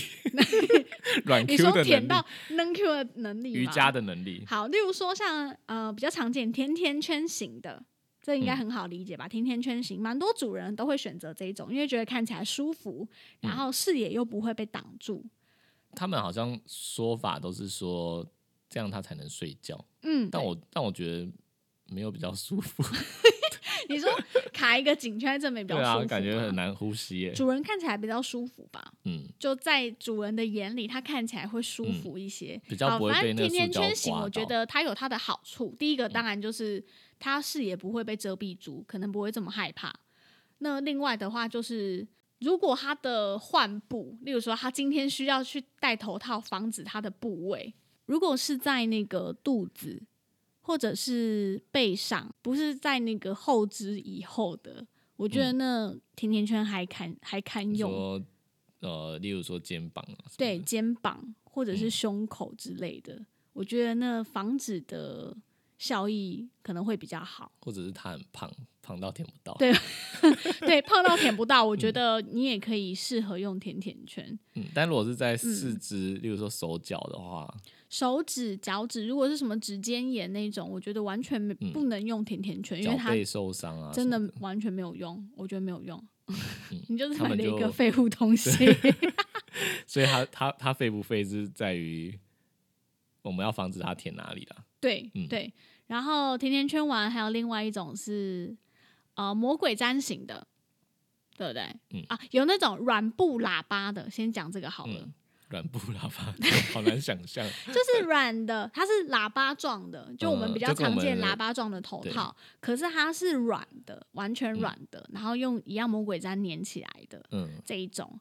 Speaker 2: 软
Speaker 1: 你
Speaker 2: Q
Speaker 1: 说
Speaker 2: 的
Speaker 1: 舔
Speaker 2: 能
Speaker 1: 到
Speaker 2: 力，
Speaker 1: 能 Q 的能力吗，
Speaker 2: 瑜伽的能力，
Speaker 1: 好，例如说像呃比较常见甜甜圈型的，这应该
Speaker 2: 嗯
Speaker 1: 很好理解吧？甜甜圈型，蛮多主人都会选择这一种，因为觉得看起来舒服，然
Speaker 2: 嗯
Speaker 1: 后视野又不会被挡住。
Speaker 2: 他们好像说法都是说这样它才能睡觉，
Speaker 1: 嗯，
Speaker 2: 但我但我觉得没有比较舒服，
Speaker 1: 你说 卡一个颈圈在这边比较
Speaker 2: 对
Speaker 1: 舒服
Speaker 2: 啊
Speaker 1: 吗，，
Speaker 2: 感觉很难呼吸耶，
Speaker 1: 主人看起来比较舒服吧？
Speaker 2: 嗯，
Speaker 1: 就在主人的眼里，它看起来会舒服一些，
Speaker 2: 比较不会
Speaker 1: 好反
Speaker 2: 被
Speaker 1: 正
Speaker 2: 那个
Speaker 1: 甜甜
Speaker 2: 塑胶
Speaker 1: 圈型，
Speaker 2: 刮
Speaker 1: 我觉
Speaker 2: 到嗯
Speaker 1: 得它有它的好处。第一个当然就是它视野不会被遮蔽住，可能不会这么害怕。那另外的话就是，如果它的患部，例如说它今天需要去戴头套防止它的部位，如果是在那个肚子或者是背上，不是在那个后肢以后的，我觉得那甜甜圈还堪还堪
Speaker 2: 嗯你
Speaker 1: 用。
Speaker 2: 说呃，例如说肩膀啊，
Speaker 1: 对，肩膀或者是
Speaker 2: 嗯
Speaker 1: 胸口之类的，我觉得那防止的效益可能会比较好。
Speaker 2: 或者是它很胖，胖到舔不到，
Speaker 1: 对对，胖到舔不到，我觉得你也可以适合用甜甜圈。
Speaker 2: 嗯，但如果是在四肢，例如说手脚的话，
Speaker 1: 手指、脚趾，如果是什么指尖炎那种，我觉得完全没
Speaker 2: 嗯
Speaker 1: 不能用甜甜圈，因
Speaker 2: 脚
Speaker 1: 为它
Speaker 2: 背受伤啊，
Speaker 1: 真的完全没有用，我觉得没有用。 你就是
Speaker 2: 嗯他
Speaker 1: 买
Speaker 2: 们
Speaker 1: 了一个
Speaker 2: 就
Speaker 1: 废物东 西，
Speaker 2: 所以它它它废不废是在于我们要防止它舔哪里啦。
Speaker 1: 对、
Speaker 2: 嗯
Speaker 1: 对。然后甜甜圈丸还有另外一种是呃魔鬼毡型的，对不对？
Speaker 2: 嗯
Speaker 1: 啊，有那种软布喇叭的，先讲这个好了，
Speaker 2: 嗯， 软布喇叭好难想象，
Speaker 1: 就是软的，它是喇叭状的，就我们
Speaker 2: 嗯
Speaker 1: 比较
Speaker 2: 就跟我
Speaker 1: 常
Speaker 2: 们
Speaker 1: 见
Speaker 2: 的
Speaker 1: 喇叭状的头套，可是它是软的，完全
Speaker 2: 嗯
Speaker 1: 软的，然后用一样魔鬼毡粘起来的
Speaker 2: 嗯，
Speaker 1: 这一种。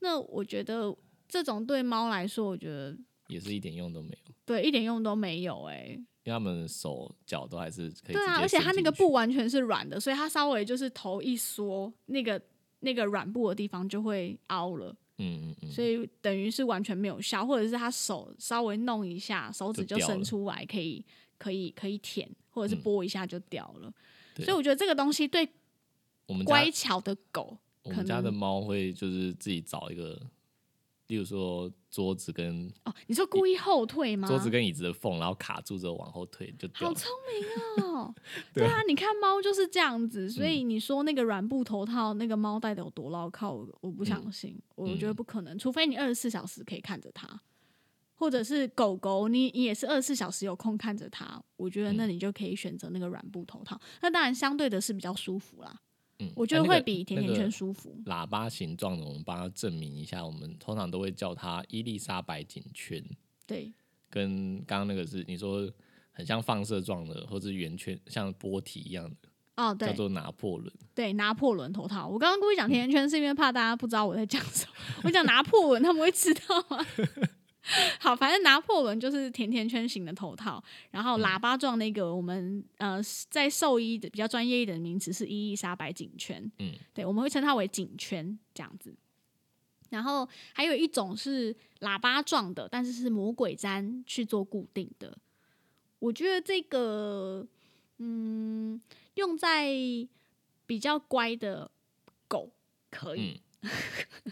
Speaker 1: 那我觉得这种对猫来说，我觉得
Speaker 2: 也是一点用都没有，
Speaker 1: 对一点用都没有哎、
Speaker 2: 因为他们手脚都还是可以
Speaker 1: 对啊，
Speaker 2: 直接
Speaker 1: 而且它那
Speaker 2: 伸
Speaker 1: 个
Speaker 2: 进去
Speaker 1: 布，完全是软的，所以它稍微就是头一缩，那个那个软布的地方就会凹了，
Speaker 2: 嗯嗯嗯，
Speaker 1: 所以等于是完全没有效，或者是它手稍微弄一下，手指
Speaker 2: 就
Speaker 1: 就
Speaker 2: 掉
Speaker 1: 伸
Speaker 2: 了
Speaker 1: 出来，可以可以可以舔，或者是
Speaker 2: 嗯
Speaker 1: 拨一下就掉了。
Speaker 2: 对
Speaker 1: 所以我觉得这个东西对
Speaker 2: 我们家
Speaker 1: 乖巧的狗，
Speaker 2: 我
Speaker 1: 可
Speaker 2: 们家的
Speaker 1: 能
Speaker 2: 猫会就是自己找一个，例如说桌子跟
Speaker 1: 哦，你说故意后退吗？
Speaker 2: 桌子跟椅子的缝，然后卡住之后往后退就掉
Speaker 1: 好
Speaker 2: 了。
Speaker 1: 聪明 哦！
Speaker 2: 啊对
Speaker 1: 对
Speaker 2: 啊嗯
Speaker 1: 啊，你看猫就是这样子，所以你说那个软布头套，那个猫戴的有多牢靠，我我不相信，
Speaker 2: 嗯
Speaker 1: 我觉得不可能，除非你二十四小时可以看着它，或者是狗狗，你你也是二十四小时有空看着它，我觉
Speaker 2: 嗯
Speaker 1: 得那你就可以选择那个软布头套。那当然，相对的是比较舒服啦，
Speaker 2: 嗯，
Speaker 1: 我觉得
Speaker 2: 那那
Speaker 1: 会
Speaker 2: 个
Speaker 1: 比甜甜圈舒服。
Speaker 2: 那个喇叭形状的，我们帮它证明一下。我们通常都会叫它伊丽莎白颈圈，
Speaker 1: 对，
Speaker 2: 跟刚刚那个是你说很像放射状的，或是圆圈像波体一样的，
Speaker 1: 哦，
Speaker 2: 叫
Speaker 1: 对
Speaker 2: 做拿破仑。
Speaker 1: 对，拿破仑头套。我刚刚故意讲甜甜圈，是因为怕大家不知道我在讲什么。我讲拿破仑，他们会知道吗？ 好，反正拿破仑就是甜甜圈型的头套，然后喇叭状那个，我们呃在兽医的比较专业一点的名词是伊丽莎白颈圈，
Speaker 2: 嗯，
Speaker 1: 对，我们会称它为颈圈这样子。然后还有一种是喇叭状的，但是是魔鬼毡去做固定的。我觉得这个，嗯，用在比较乖的狗可以，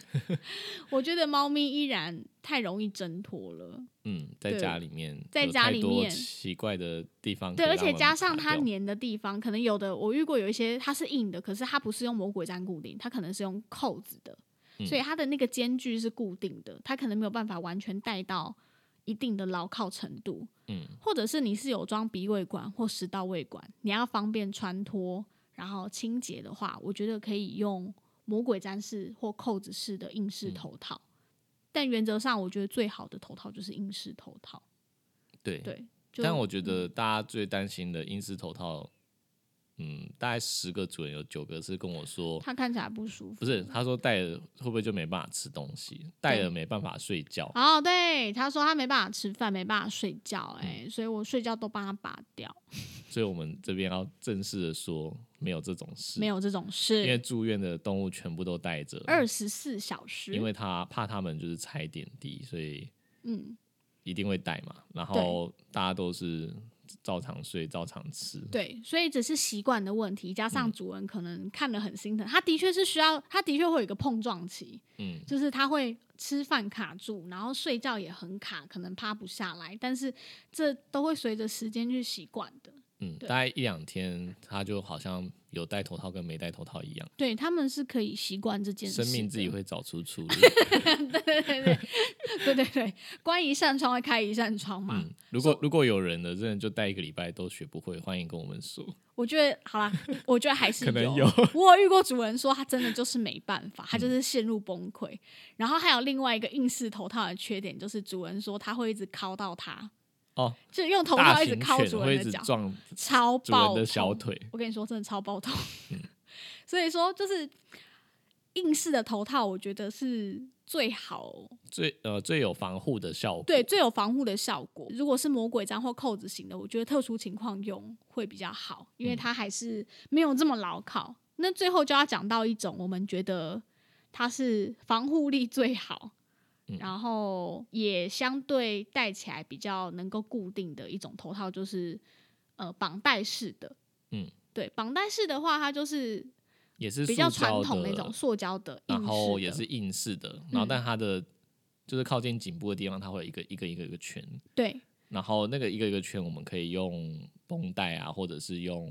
Speaker 1: 我觉得猫咪依然太容易挣脱了。
Speaker 2: 嗯，在
Speaker 1: 对
Speaker 2: 家里面，
Speaker 1: 在家里面
Speaker 2: 奇怪的地方可
Speaker 1: 对，
Speaker 2: 以让
Speaker 1: 而
Speaker 2: 它们
Speaker 1: 且
Speaker 2: 卡掉，
Speaker 1: 加上它粘的地方，可能有的我遇过有一些它是硬的，可是它不是用魔鬼毡固定，它可能是用扣子的，
Speaker 2: 嗯
Speaker 1: 所以它的那个间距是固定的，它可能没有办法完全带到一定的牢靠程度，
Speaker 2: 嗯，
Speaker 1: 或者是你是有装鼻胃管或食道胃管，你要方便穿脱，然后清洁的话，我觉得可以用魔鬼毡式或扣子式的硬
Speaker 2: 嗯
Speaker 1: 式头套。但原则上，我觉得最好的头套就是硬式头套。
Speaker 2: 对
Speaker 1: 对，就嗯
Speaker 2: 但我觉得大家最担心的英式头套，嗯，大概十个主人有九个是跟我说，
Speaker 1: 它看起来不舒服。
Speaker 2: 不是，他说戴了会不会就没办法吃东西，戴了没办法睡觉。
Speaker 1: 哦，对，他说他没办法吃饭，没办法睡觉、
Speaker 2: 嗯
Speaker 1: 哎、所以我睡觉都帮他拔掉，
Speaker 2: 所以我们这边要正式的说，没有这种事，
Speaker 1: 没有这种
Speaker 2: 因为
Speaker 1: 事。
Speaker 2: 住院的动物全部都戴着，
Speaker 1: 二十四小时，
Speaker 2: 因为他怕他们就是踩点滴，所以
Speaker 1: 嗯，
Speaker 2: 一定会戴嘛。然后大家都是照常睡，照常吃。
Speaker 1: 对，所以只是习惯的问题，加
Speaker 2: 嗯
Speaker 1: 上主人可能看得很心疼，他的确是需要，他的确会有一个碰撞期，
Speaker 2: 嗯，
Speaker 1: 就是他会吃饭卡住，然后睡觉也很卡，可能趴不下来，但是这都会随着时间去习惯的。
Speaker 2: 嗯，
Speaker 1: 对
Speaker 2: 大概一两天，他就好像有戴头套跟没戴头套一样，
Speaker 1: 对他们是可以习惯这件事
Speaker 2: 生
Speaker 1: 的，
Speaker 2: 命自己会找出出 路。
Speaker 1: 对对对对对对，关一扇窗会开一扇窗嘛，
Speaker 2: 嗯，如果如果有人的，真的就戴一个礼拜都学不会，欢迎跟我们说。
Speaker 1: 我觉得好啦，我觉得还是
Speaker 2: 可能有
Speaker 1: 有。我有遇过主人说他真的就是没办法，他就是陷入崩溃。然后还有另外一个硬式头套的缺点，就是主人说他会一直敲到他，
Speaker 2: 哦，
Speaker 1: 就是用头
Speaker 2: 大
Speaker 1: 套一直
Speaker 2: 型
Speaker 1: 敲
Speaker 2: 犬
Speaker 1: 主
Speaker 2: 会一
Speaker 1: 人
Speaker 2: 直
Speaker 1: 的脚，
Speaker 2: 撞
Speaker 1: 超
Speaker 2: 主人
Speaker 1: 爆
Speaker 2: 的小
Speaker 1: 痛
Speaker 2: 腿，
Speaker 1: 我跟你说，真的超爆痛。
Speaker 2: 嗯
Speaker 1: 所以说，就是硬式的头套，我觉得是最好
Speaker 2: 最呃最有防护的效果。
Speaker 1: 对，最有防护的效果。如果是魔鬼毡或扣子型的，我觉得特殊情况用会比较好，因
Speaker 2: 嗯
Speaker 1: 为它还是没有这么牢靠。那最后就要讲到一种我们觉得它是防护力最好，
Speaker 2: 嗯
Speaker 1: 然后也相对戴起来比较能够固定的一种头套，就是呃绑带式的。
Speaker 2: 嗯，
Speaker 1: 对，绑带式的话，它就是
Speaker 2: 也是
Speaker 1: 比较
Speaker 2: 塑胶
Speaker 1: 传统那
Speaker 2: 的
Speaker 1: 种塑胶的，硬
Speaker 2: 然后
Speaker 1: 式
Speaker 2: 也
Speaker 1: 的
Speaker 2: 是硬式的，然后
Speaker 1: 嗯
Speaker 2: 但它的就是靠近颈部的地方，它会有一个一个一个一个圈，
Speaker 1: 对
Speaker 2: 然后那个一个一个圈，我们可以用绷带啊，或者是用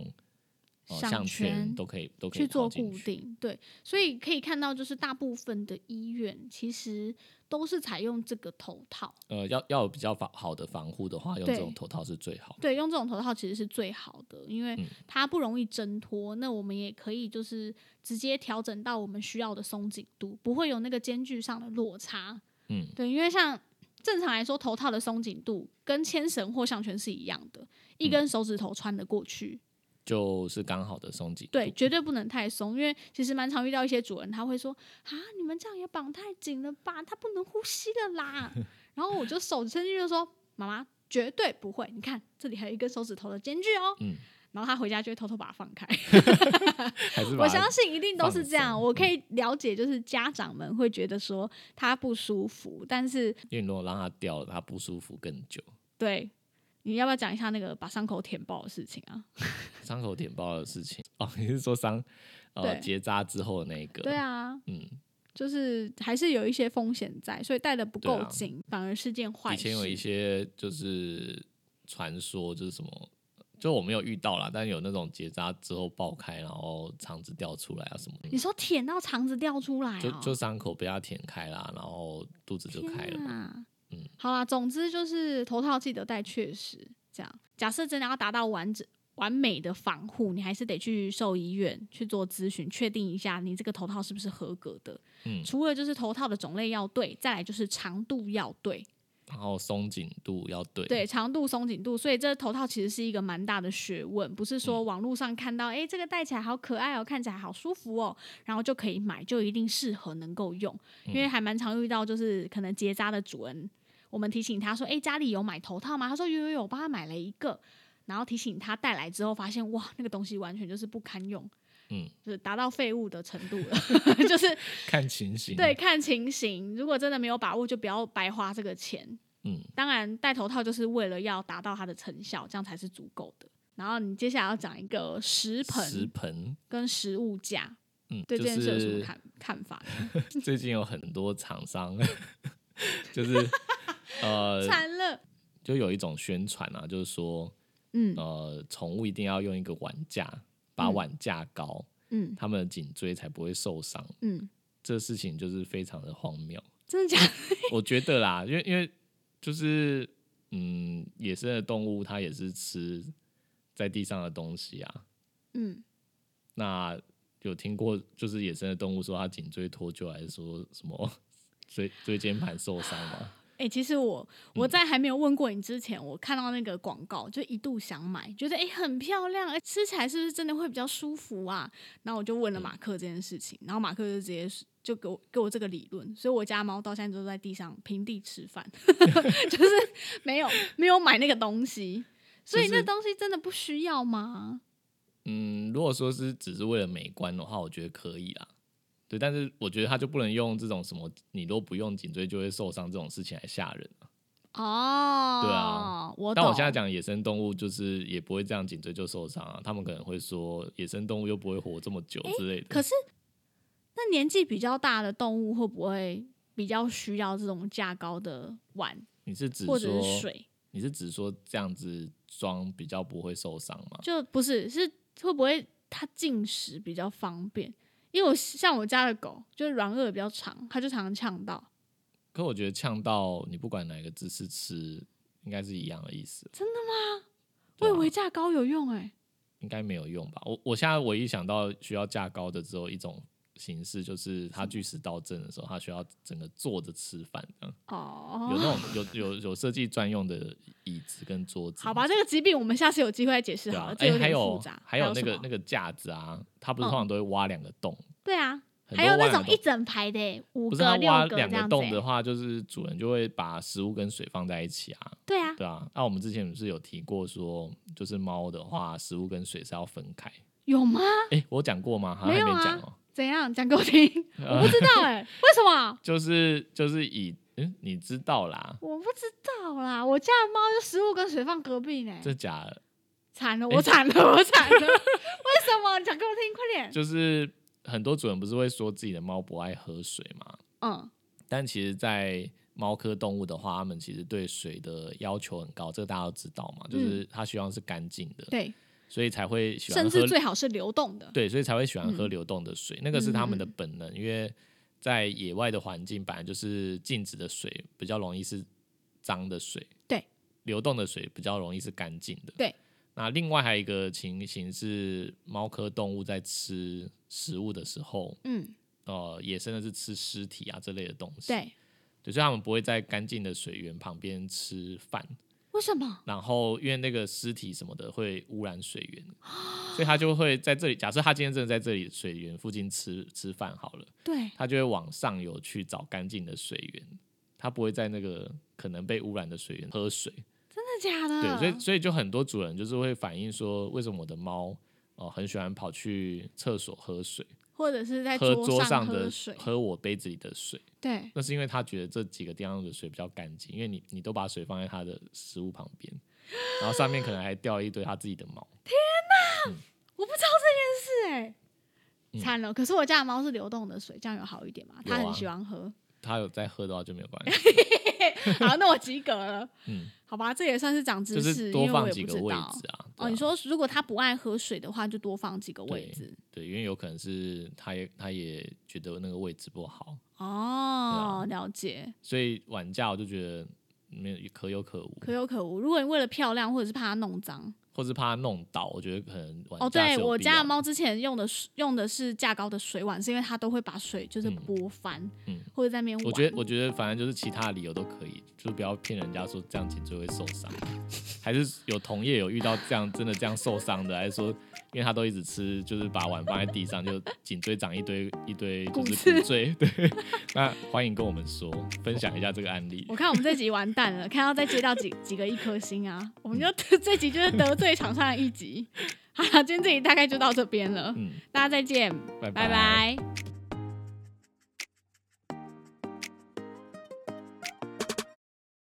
Speaker 2: 呃
Speaker 1: 项
Speaker 2: 项圈
Speaker 1: 圈
Speaker 2: 都可以都可以
Speaker 1: 去做
Speaker 2: 套进
Speaker 1: 固
Speaker 2: 去。
Speaker 1: 定，对，所以可以看到，就是大部分的医院其实都是采用这个头套，
Speaker 2: 呃，要要有比较防好的防护的话，用
Speaker 1: 对
Speaker 2: 这种头套是最好。
Speaker 1: 对，用这种头套其实是最好的，因为
Speaker 2: 嗯
Speaker 1: 它不容易挣脱。那我们也可以就是直接调整到我们需要的松紧度，不会有那个间距上的落差。
Speaker 2: 嗯，
Speaker 1: 对，因为像正常来说，头套的松紧度跟牵绳或项圈是一样的，
Speaker 2: 嗯
Speaker 1: 一根手指头穿得过去，
Speaker 2: 就是刚好的松紧度。
Speaker 1: 对，绝对不能太松，因为其实蛮常遇到一些主人，他会说啊，你们这样也绑太紧了吧，他不能呼吸了 啦。然后我就手伸进去就说，妈妈绝对不会，你看这里还有一根手指头的间距哦。
Speaker 2: 嗯
Speaker 1: 然后他回家就会偷偷把它放开。
Speaker 2: 还是把
Speaker 1: 我
Speaker 2: 它
Speaker 1: 相信一定都是这
Speaker 2: 放
Speaker 1: 样，
Speaker 2: 松嗯
Speaker 1: 我可以了解，就是家长们会觉得说他不舒服，但是
Speaker 2: 因为你如果让它掉了，它不舒服更久。
Speaker 1: 对。你要不要讲一下那个把伤口舔爆的事情啊？
Speaker 2: 伤口舔包的事情哦，你是说伤呃
Speaker 1: 对
Speaker 2: 结扎之后的那个，
Speaker 1: 对，啊，
Speaker 2: 嗯，
Speaker 1: 就是还是有一些风险在，所以带的不
Speaker 2: 对
Speaker 1: 够
Speaker 2: 啊
Speaker 1: 紧，反而是件坏
Speaker 2: 以
Speaker 1: 事。
Speaker 2: 前有一些就是传说，就是什么，就我没有遇到啦，但有那种结扎之后爆开，然后肠子掉出来啊什么，
Speaker 1: 你说舔到肠子掉出来、哦，
Speaker 2: 就就伤口被它舔开啦，然后肚子就
Speaker 1: 天
Speaker 2: 开了嘛。
Speaker 1: 啊
Speaker 2: 嗯
Speaker 1: 好啦，总之就是头套记得戴确实这样。假设真的要达到完整完美的防护，你还是得去兽医院去做咨询，确定一下你这个头套是不是合格的。
Speaker 2: 嗯
Speaker 1: 除了就是头套的种类要对，再来就是长度要对，
Speaker 2: 然后松紧度要对，
Speaker 1: 对长度、松紧度。所以这头套其实是一个蛮大的学问，不是
Speaker 2: 嗯
Speaker 1: 说网络上看到，诶，这个戴起来好可爱哦，看起来好舒服哦，然后就可以买，就一定适合能够用。因
Speaker 2: 嗯
Speaker 1: 为还蛮常遇到，就是可能结扎的主人，我们提醒他说，诶，家里有买头套吗？他说有有有，我帮他买了一个。然后提醒他带来之后，发现哇，那个东西完全就是不堪用，
Speaker 2: 嗯，
Speaker 1: 就是达到废物的程度 了，就是
Speaker 2: 看情形。
Speaker 1: 对，，看情形，如果真的没有把握，就不要白花这个钱。
Speaker 2: 嗯，
Speaker 1: 当然，戴头套就是为了要达到它的成效，这样才是足够的。然后你接下来要讲一个食
Speaker 2: 食
Speaker 1: 盆
Speaker 2: 盆，
Speaker 1: 跟食物架，
Speaker 2: 嗯，
Speaker 1: 对
Speaker 2: 就
Speaker 1: 这件事有什
Speaker 2: 是
Speaker 1: 么看看法？
Speaker 2: 最近有很多厂商， 就是呃，
Speaker 1: 惨了，
Speaker 2: 就有一种宣传啊，就是说
Speaker 1: 嗯
Speaker 2: 呃，宠物一定要用一个碗架，把
Speaker 1: 嗯
Speaker 2: 碗架高，
Speaker 1: 嗯
Speaker 2: 它们的颈椎才不会受伤。
Speaker 1: 嗯，
Speaker 2: 这事情就是非常的荒谬，
Speaker 1: 真的假的？
Speaker 2: 我觉得啦，因为因为就是嗯，野生的动物它也是吃在地上的东西啊，
Speaker 1: 嗯，
Speaker 2: 那有听过就是野生的动物说它颈椎脱臼，还是说什么椎椎间盘受伤吗？
Speaker 1: 哎、其实我我
Speaker 2: 嗯
Speaker 1: 在还没有问过你之前，我看到那个广告就一度想买，觉得哎、诶很漂亮，哎、吃起来是不是真的会比较舒服啊？然后我就问了马克这件事情，然后马克就直接就给我给我这个理论，所以我家猫到现在都在地上平地吃饭， 就是 没有没有买那个东西，所以
Speaker 2: 就是
Speaker 1: 那东西真的不需要吗？
Speaker 2: 嗯，如果说是只是为了美观的话，我觉得可以啦。对，但是我觉得它就不能用这种什么你都不用颈椎就会受伤这种事情来吓人。
Speaker 1: 哦，
Speaker 2: 对啊，
Speaker 1: 我
Speaker 2: 但
Speaker 1: 懂。
Speaker 2: 我现在讲野生动物，就是也不会这样颈椎就受伤啊。他们可能会说野生动物又不会活这么久之类的。
Speaker 1: 可是，那年纪比较大的动物会不会比较需要这种架高的碗
Speaker 2: 你是指
Speaker 1: 或者是
Speaker 2: 说
Speaker 1: 水？
Speaker 2: 你是指说这样子装比较不会受伤吗？
Speaker 1: 就不是是会不会它进食比较方便？因为我像我家的狗，就是软腭比较长，它就常常呛到。
Speaker 2: 可我觉得呛到你不管哪个姿势吃，应该是一样的意思。真的吗？
Speaker 1: 我以为架高有用哎、
Speaker 2: 应该没有用吧？我我现在唯一想到需要架高的只有一种形式，就是它巨石到症的时候，它需要整个坐着吃饭这样。有
Speaker 1: 哦，
Speaker 2: 那种有有有设计专用的椅子跟桌子。
Speaker 1: 好吧，这个疾病我们下次有机会再解释
Speaker 2: 对
Speaker 1: 好
Speaker 2: 啊
Speaker 1: 了，，这
Speaker 2: 哎、
Speaker 1: 有
Speaker 2: 还
Speaker 1: 点
Speaker 2: 有
Speaker 1: 复杂。
Speaker 2: 还有那
Speaker 1: 什
Speaker 2: 个
Speaker 1: 么
Speaker 2: 那个架子啊，它不是
Speaker 1: 嗯
Speaker 2: 通常都会挖两个洞，
Speaker 1: 对啊，
Speaker 2: 很
Speaker 1: 还
Speaker 2: 多
Speaker 1: 有
Speaker 2: 挖
Speaker 1: 那
Speaker 2: 两
Speaker 1: 种
Speaker 2: 个
Speaker 1: 一
Speaker 2: 洞
Speaker 1: 整排的欸，五
Speaker 2: 不是
Speaker 1: 个
Speaker 2: 它
Speaker 1: 六
Speaker 2: 挖
Speaker 1: 个
Speaker 2: 两
Speaker 1: 这
Speaker 2: 个
Speaker 1: 样子
Speaker 2: 洞的
Speaker 1: 欸。
Speaker 2: 哦话，就是主人就会把食物跟水放在一起啊，
Speaker 1: 对啊，
Speaker 2: 对啊。那、我们之前不是有提过说，就是猫的话，食物跟水是要分开。
Speaker 1: 有吗？
Speaker 2: 哎、我有讲过吗？好
Speaker 1: 没
Speaker 2: 像还
Speaker 1: 有
Speaker 2: 没
Speaker 1: 啊
Speaker 2: 讲哦、
Speaker 1: 怎样讲给我 听？我不知道哎、为什么？
Speaker 2: 就是就是以嗯，你知道啦，
Speaker 1: 我不知道啦，我家的猫就食物跟水放隔壁呢，
Speaker 2: 这哎假的，
Speaker 1: 惨了，
Speaker 2: 诶
Speaker 1: 我惨了，我惨了， 为什么？你讲给我听，快点。
Speaker 2: 就是很多主人不是会说自己的猫不爱喝水嘛，
Speaker 1: 嗯，
Speaker 2: 但其实，在猫科动物的话，它们其实对水的要求很高，这个大家都知道嘛，就是它希望是干净的，
Speaker 1: 嗯对，
Speaker 2: 所以才会喜欢
Speaker 1: 甚
Speaker 2: 喝
Speaker 1: 至，最好是流动的。
Speaker 2: 对，所以才会喜欢
Speaker 1: 嗯
Speaker 2: 喝流动的水，那个是它们的本能，因为在野外的环境本来就是静止的水比较容易是脏的水，
Speaker 1: 对，
Speaker 2: 流动的水比较容易是干净的，
Speaker 1: 对。
Speaker 2: 那另外还有一个情形是，猫科动物在吃食物的时候，
Speaker 1: 嗯，
Speaker 2: 呃，野生的是吃尸体啊这类的东西，
Speaker 1: 对，
Speaker 2: 对，所以他们不会在干净的水源旁边吃饭，
Speaker 1: 为什么？
Speaker 2: 然后因为那个尸体什么的会污染水源，所以他就会在这里。假设他今天真的在这里水源附近吃吃饭好了，
Speaker 1: 对，
Speaker 2: 他就会往上游去找干净的水源，他不会在那个可能被污染的水源喝水。
Speaker 1: 真的假的？
Speaker 2: 对，所以所以就很多主人就是会反映说，为什么我的猫哦、呃很喜欢跑去厕所喝水，
Speaker 1: 或者是在
Speaker 2: 喝
Speaker 1: 上
Speaker 2: 上的
Speaker 1: 喝水。
Speaker 2: 喝我杯子里的水。
Speaker 1: 对，
Speaker 2: 那是因为他觉得这几个地方的水比较干净，因为你你都把水放在他的食物旁边，然后上面可能还掉一堆他自己的毛。
Speaker 1: 我不知道这件事哎、惨了。可是我家的猫是流动的水，这样有好一点嘛？它
Speaker 2: 嗯有啊
Speaker 1: 很喜欢喝。
Speaker 2: 他有在喝的话就没有关系。
Speaker 1: 好，那我及格了。
Speaker 2: 嗯，
Speaker 1: 好吧，这也算是长知
Speaker 2: 就
Speaker 1: 识，
Speaker 2: 是多
Speaker 1: 因为我
Speaker 2: 放
Speaker 1: 也
Speaker 2: 几
Speaker 1: 不
Speaker 2: 个
Speaker 1: 知
Speaker 2: 位
Speaker 1: 道。
Speaker 2: 置啊。对
Speaker 1: 哦，
Speaker 2: 啊
Speaker 1: 你说如果它不爱喝水的话，就多放几个位
Speaker 2: 对
Speaker 1: 置。
Speaker 2: 对，因为有可能是他也他也觉得那个位置不好，
Speaker 1: 哦，
Speaker 2: 啊
Speaker 1: 了解，
Speaker 2: 所以晚假我就觉得没有可有可无，
Speaker 1: 可有可无。如果你为了漂亮，或者是怕它弄脏，
Speaker 2: 或是怕他弄倒，我觉得可能晚
Speaker 1: 哦，
Speaker 2: 假
Speaker 1: 对
Speaker 2: 嗯是有
Speaker 1: 我
Speaker 2: 必
Speaker 1: 家
Speaker 2: 要
Speaker 1: 的猫之前用的是用的是架高的水碗，是因为它都会把水就是
Speaker 2: 嗯
Speaker 1: 拨翻，
Speaker 2: 嗯
Speaker 1: 或者在那边玩。哦
Speaker 2: 我觉得，我觉得反正就是其他理由都可以，就是不要骗人家说这样颈椎会受伤，还是有同业有遇到这样真的这样受伤的，还是说因为他都一直吃，就是把碗放在地上，就颈椎长一堆一堆
Speaker 1: 骨
Speaker 2: 就是
Speaker 1: 刺
Speaker 2: 骨 赘。对，那欢迎跟我们说，分享一下这个案例。
Speaker 1: 我看我们这集完蛋 了，看要再接到几几个一颗星啊，我
Speaker 2: 嗯
Speaker 1: 们就这集 就是得罪场上的一集。好了，今天这集大概就到这边了，
Speaker 2: 嗯，
Speaker 1: 大家再见，
Speaker 2: 拜
Speaker 1: 拜拜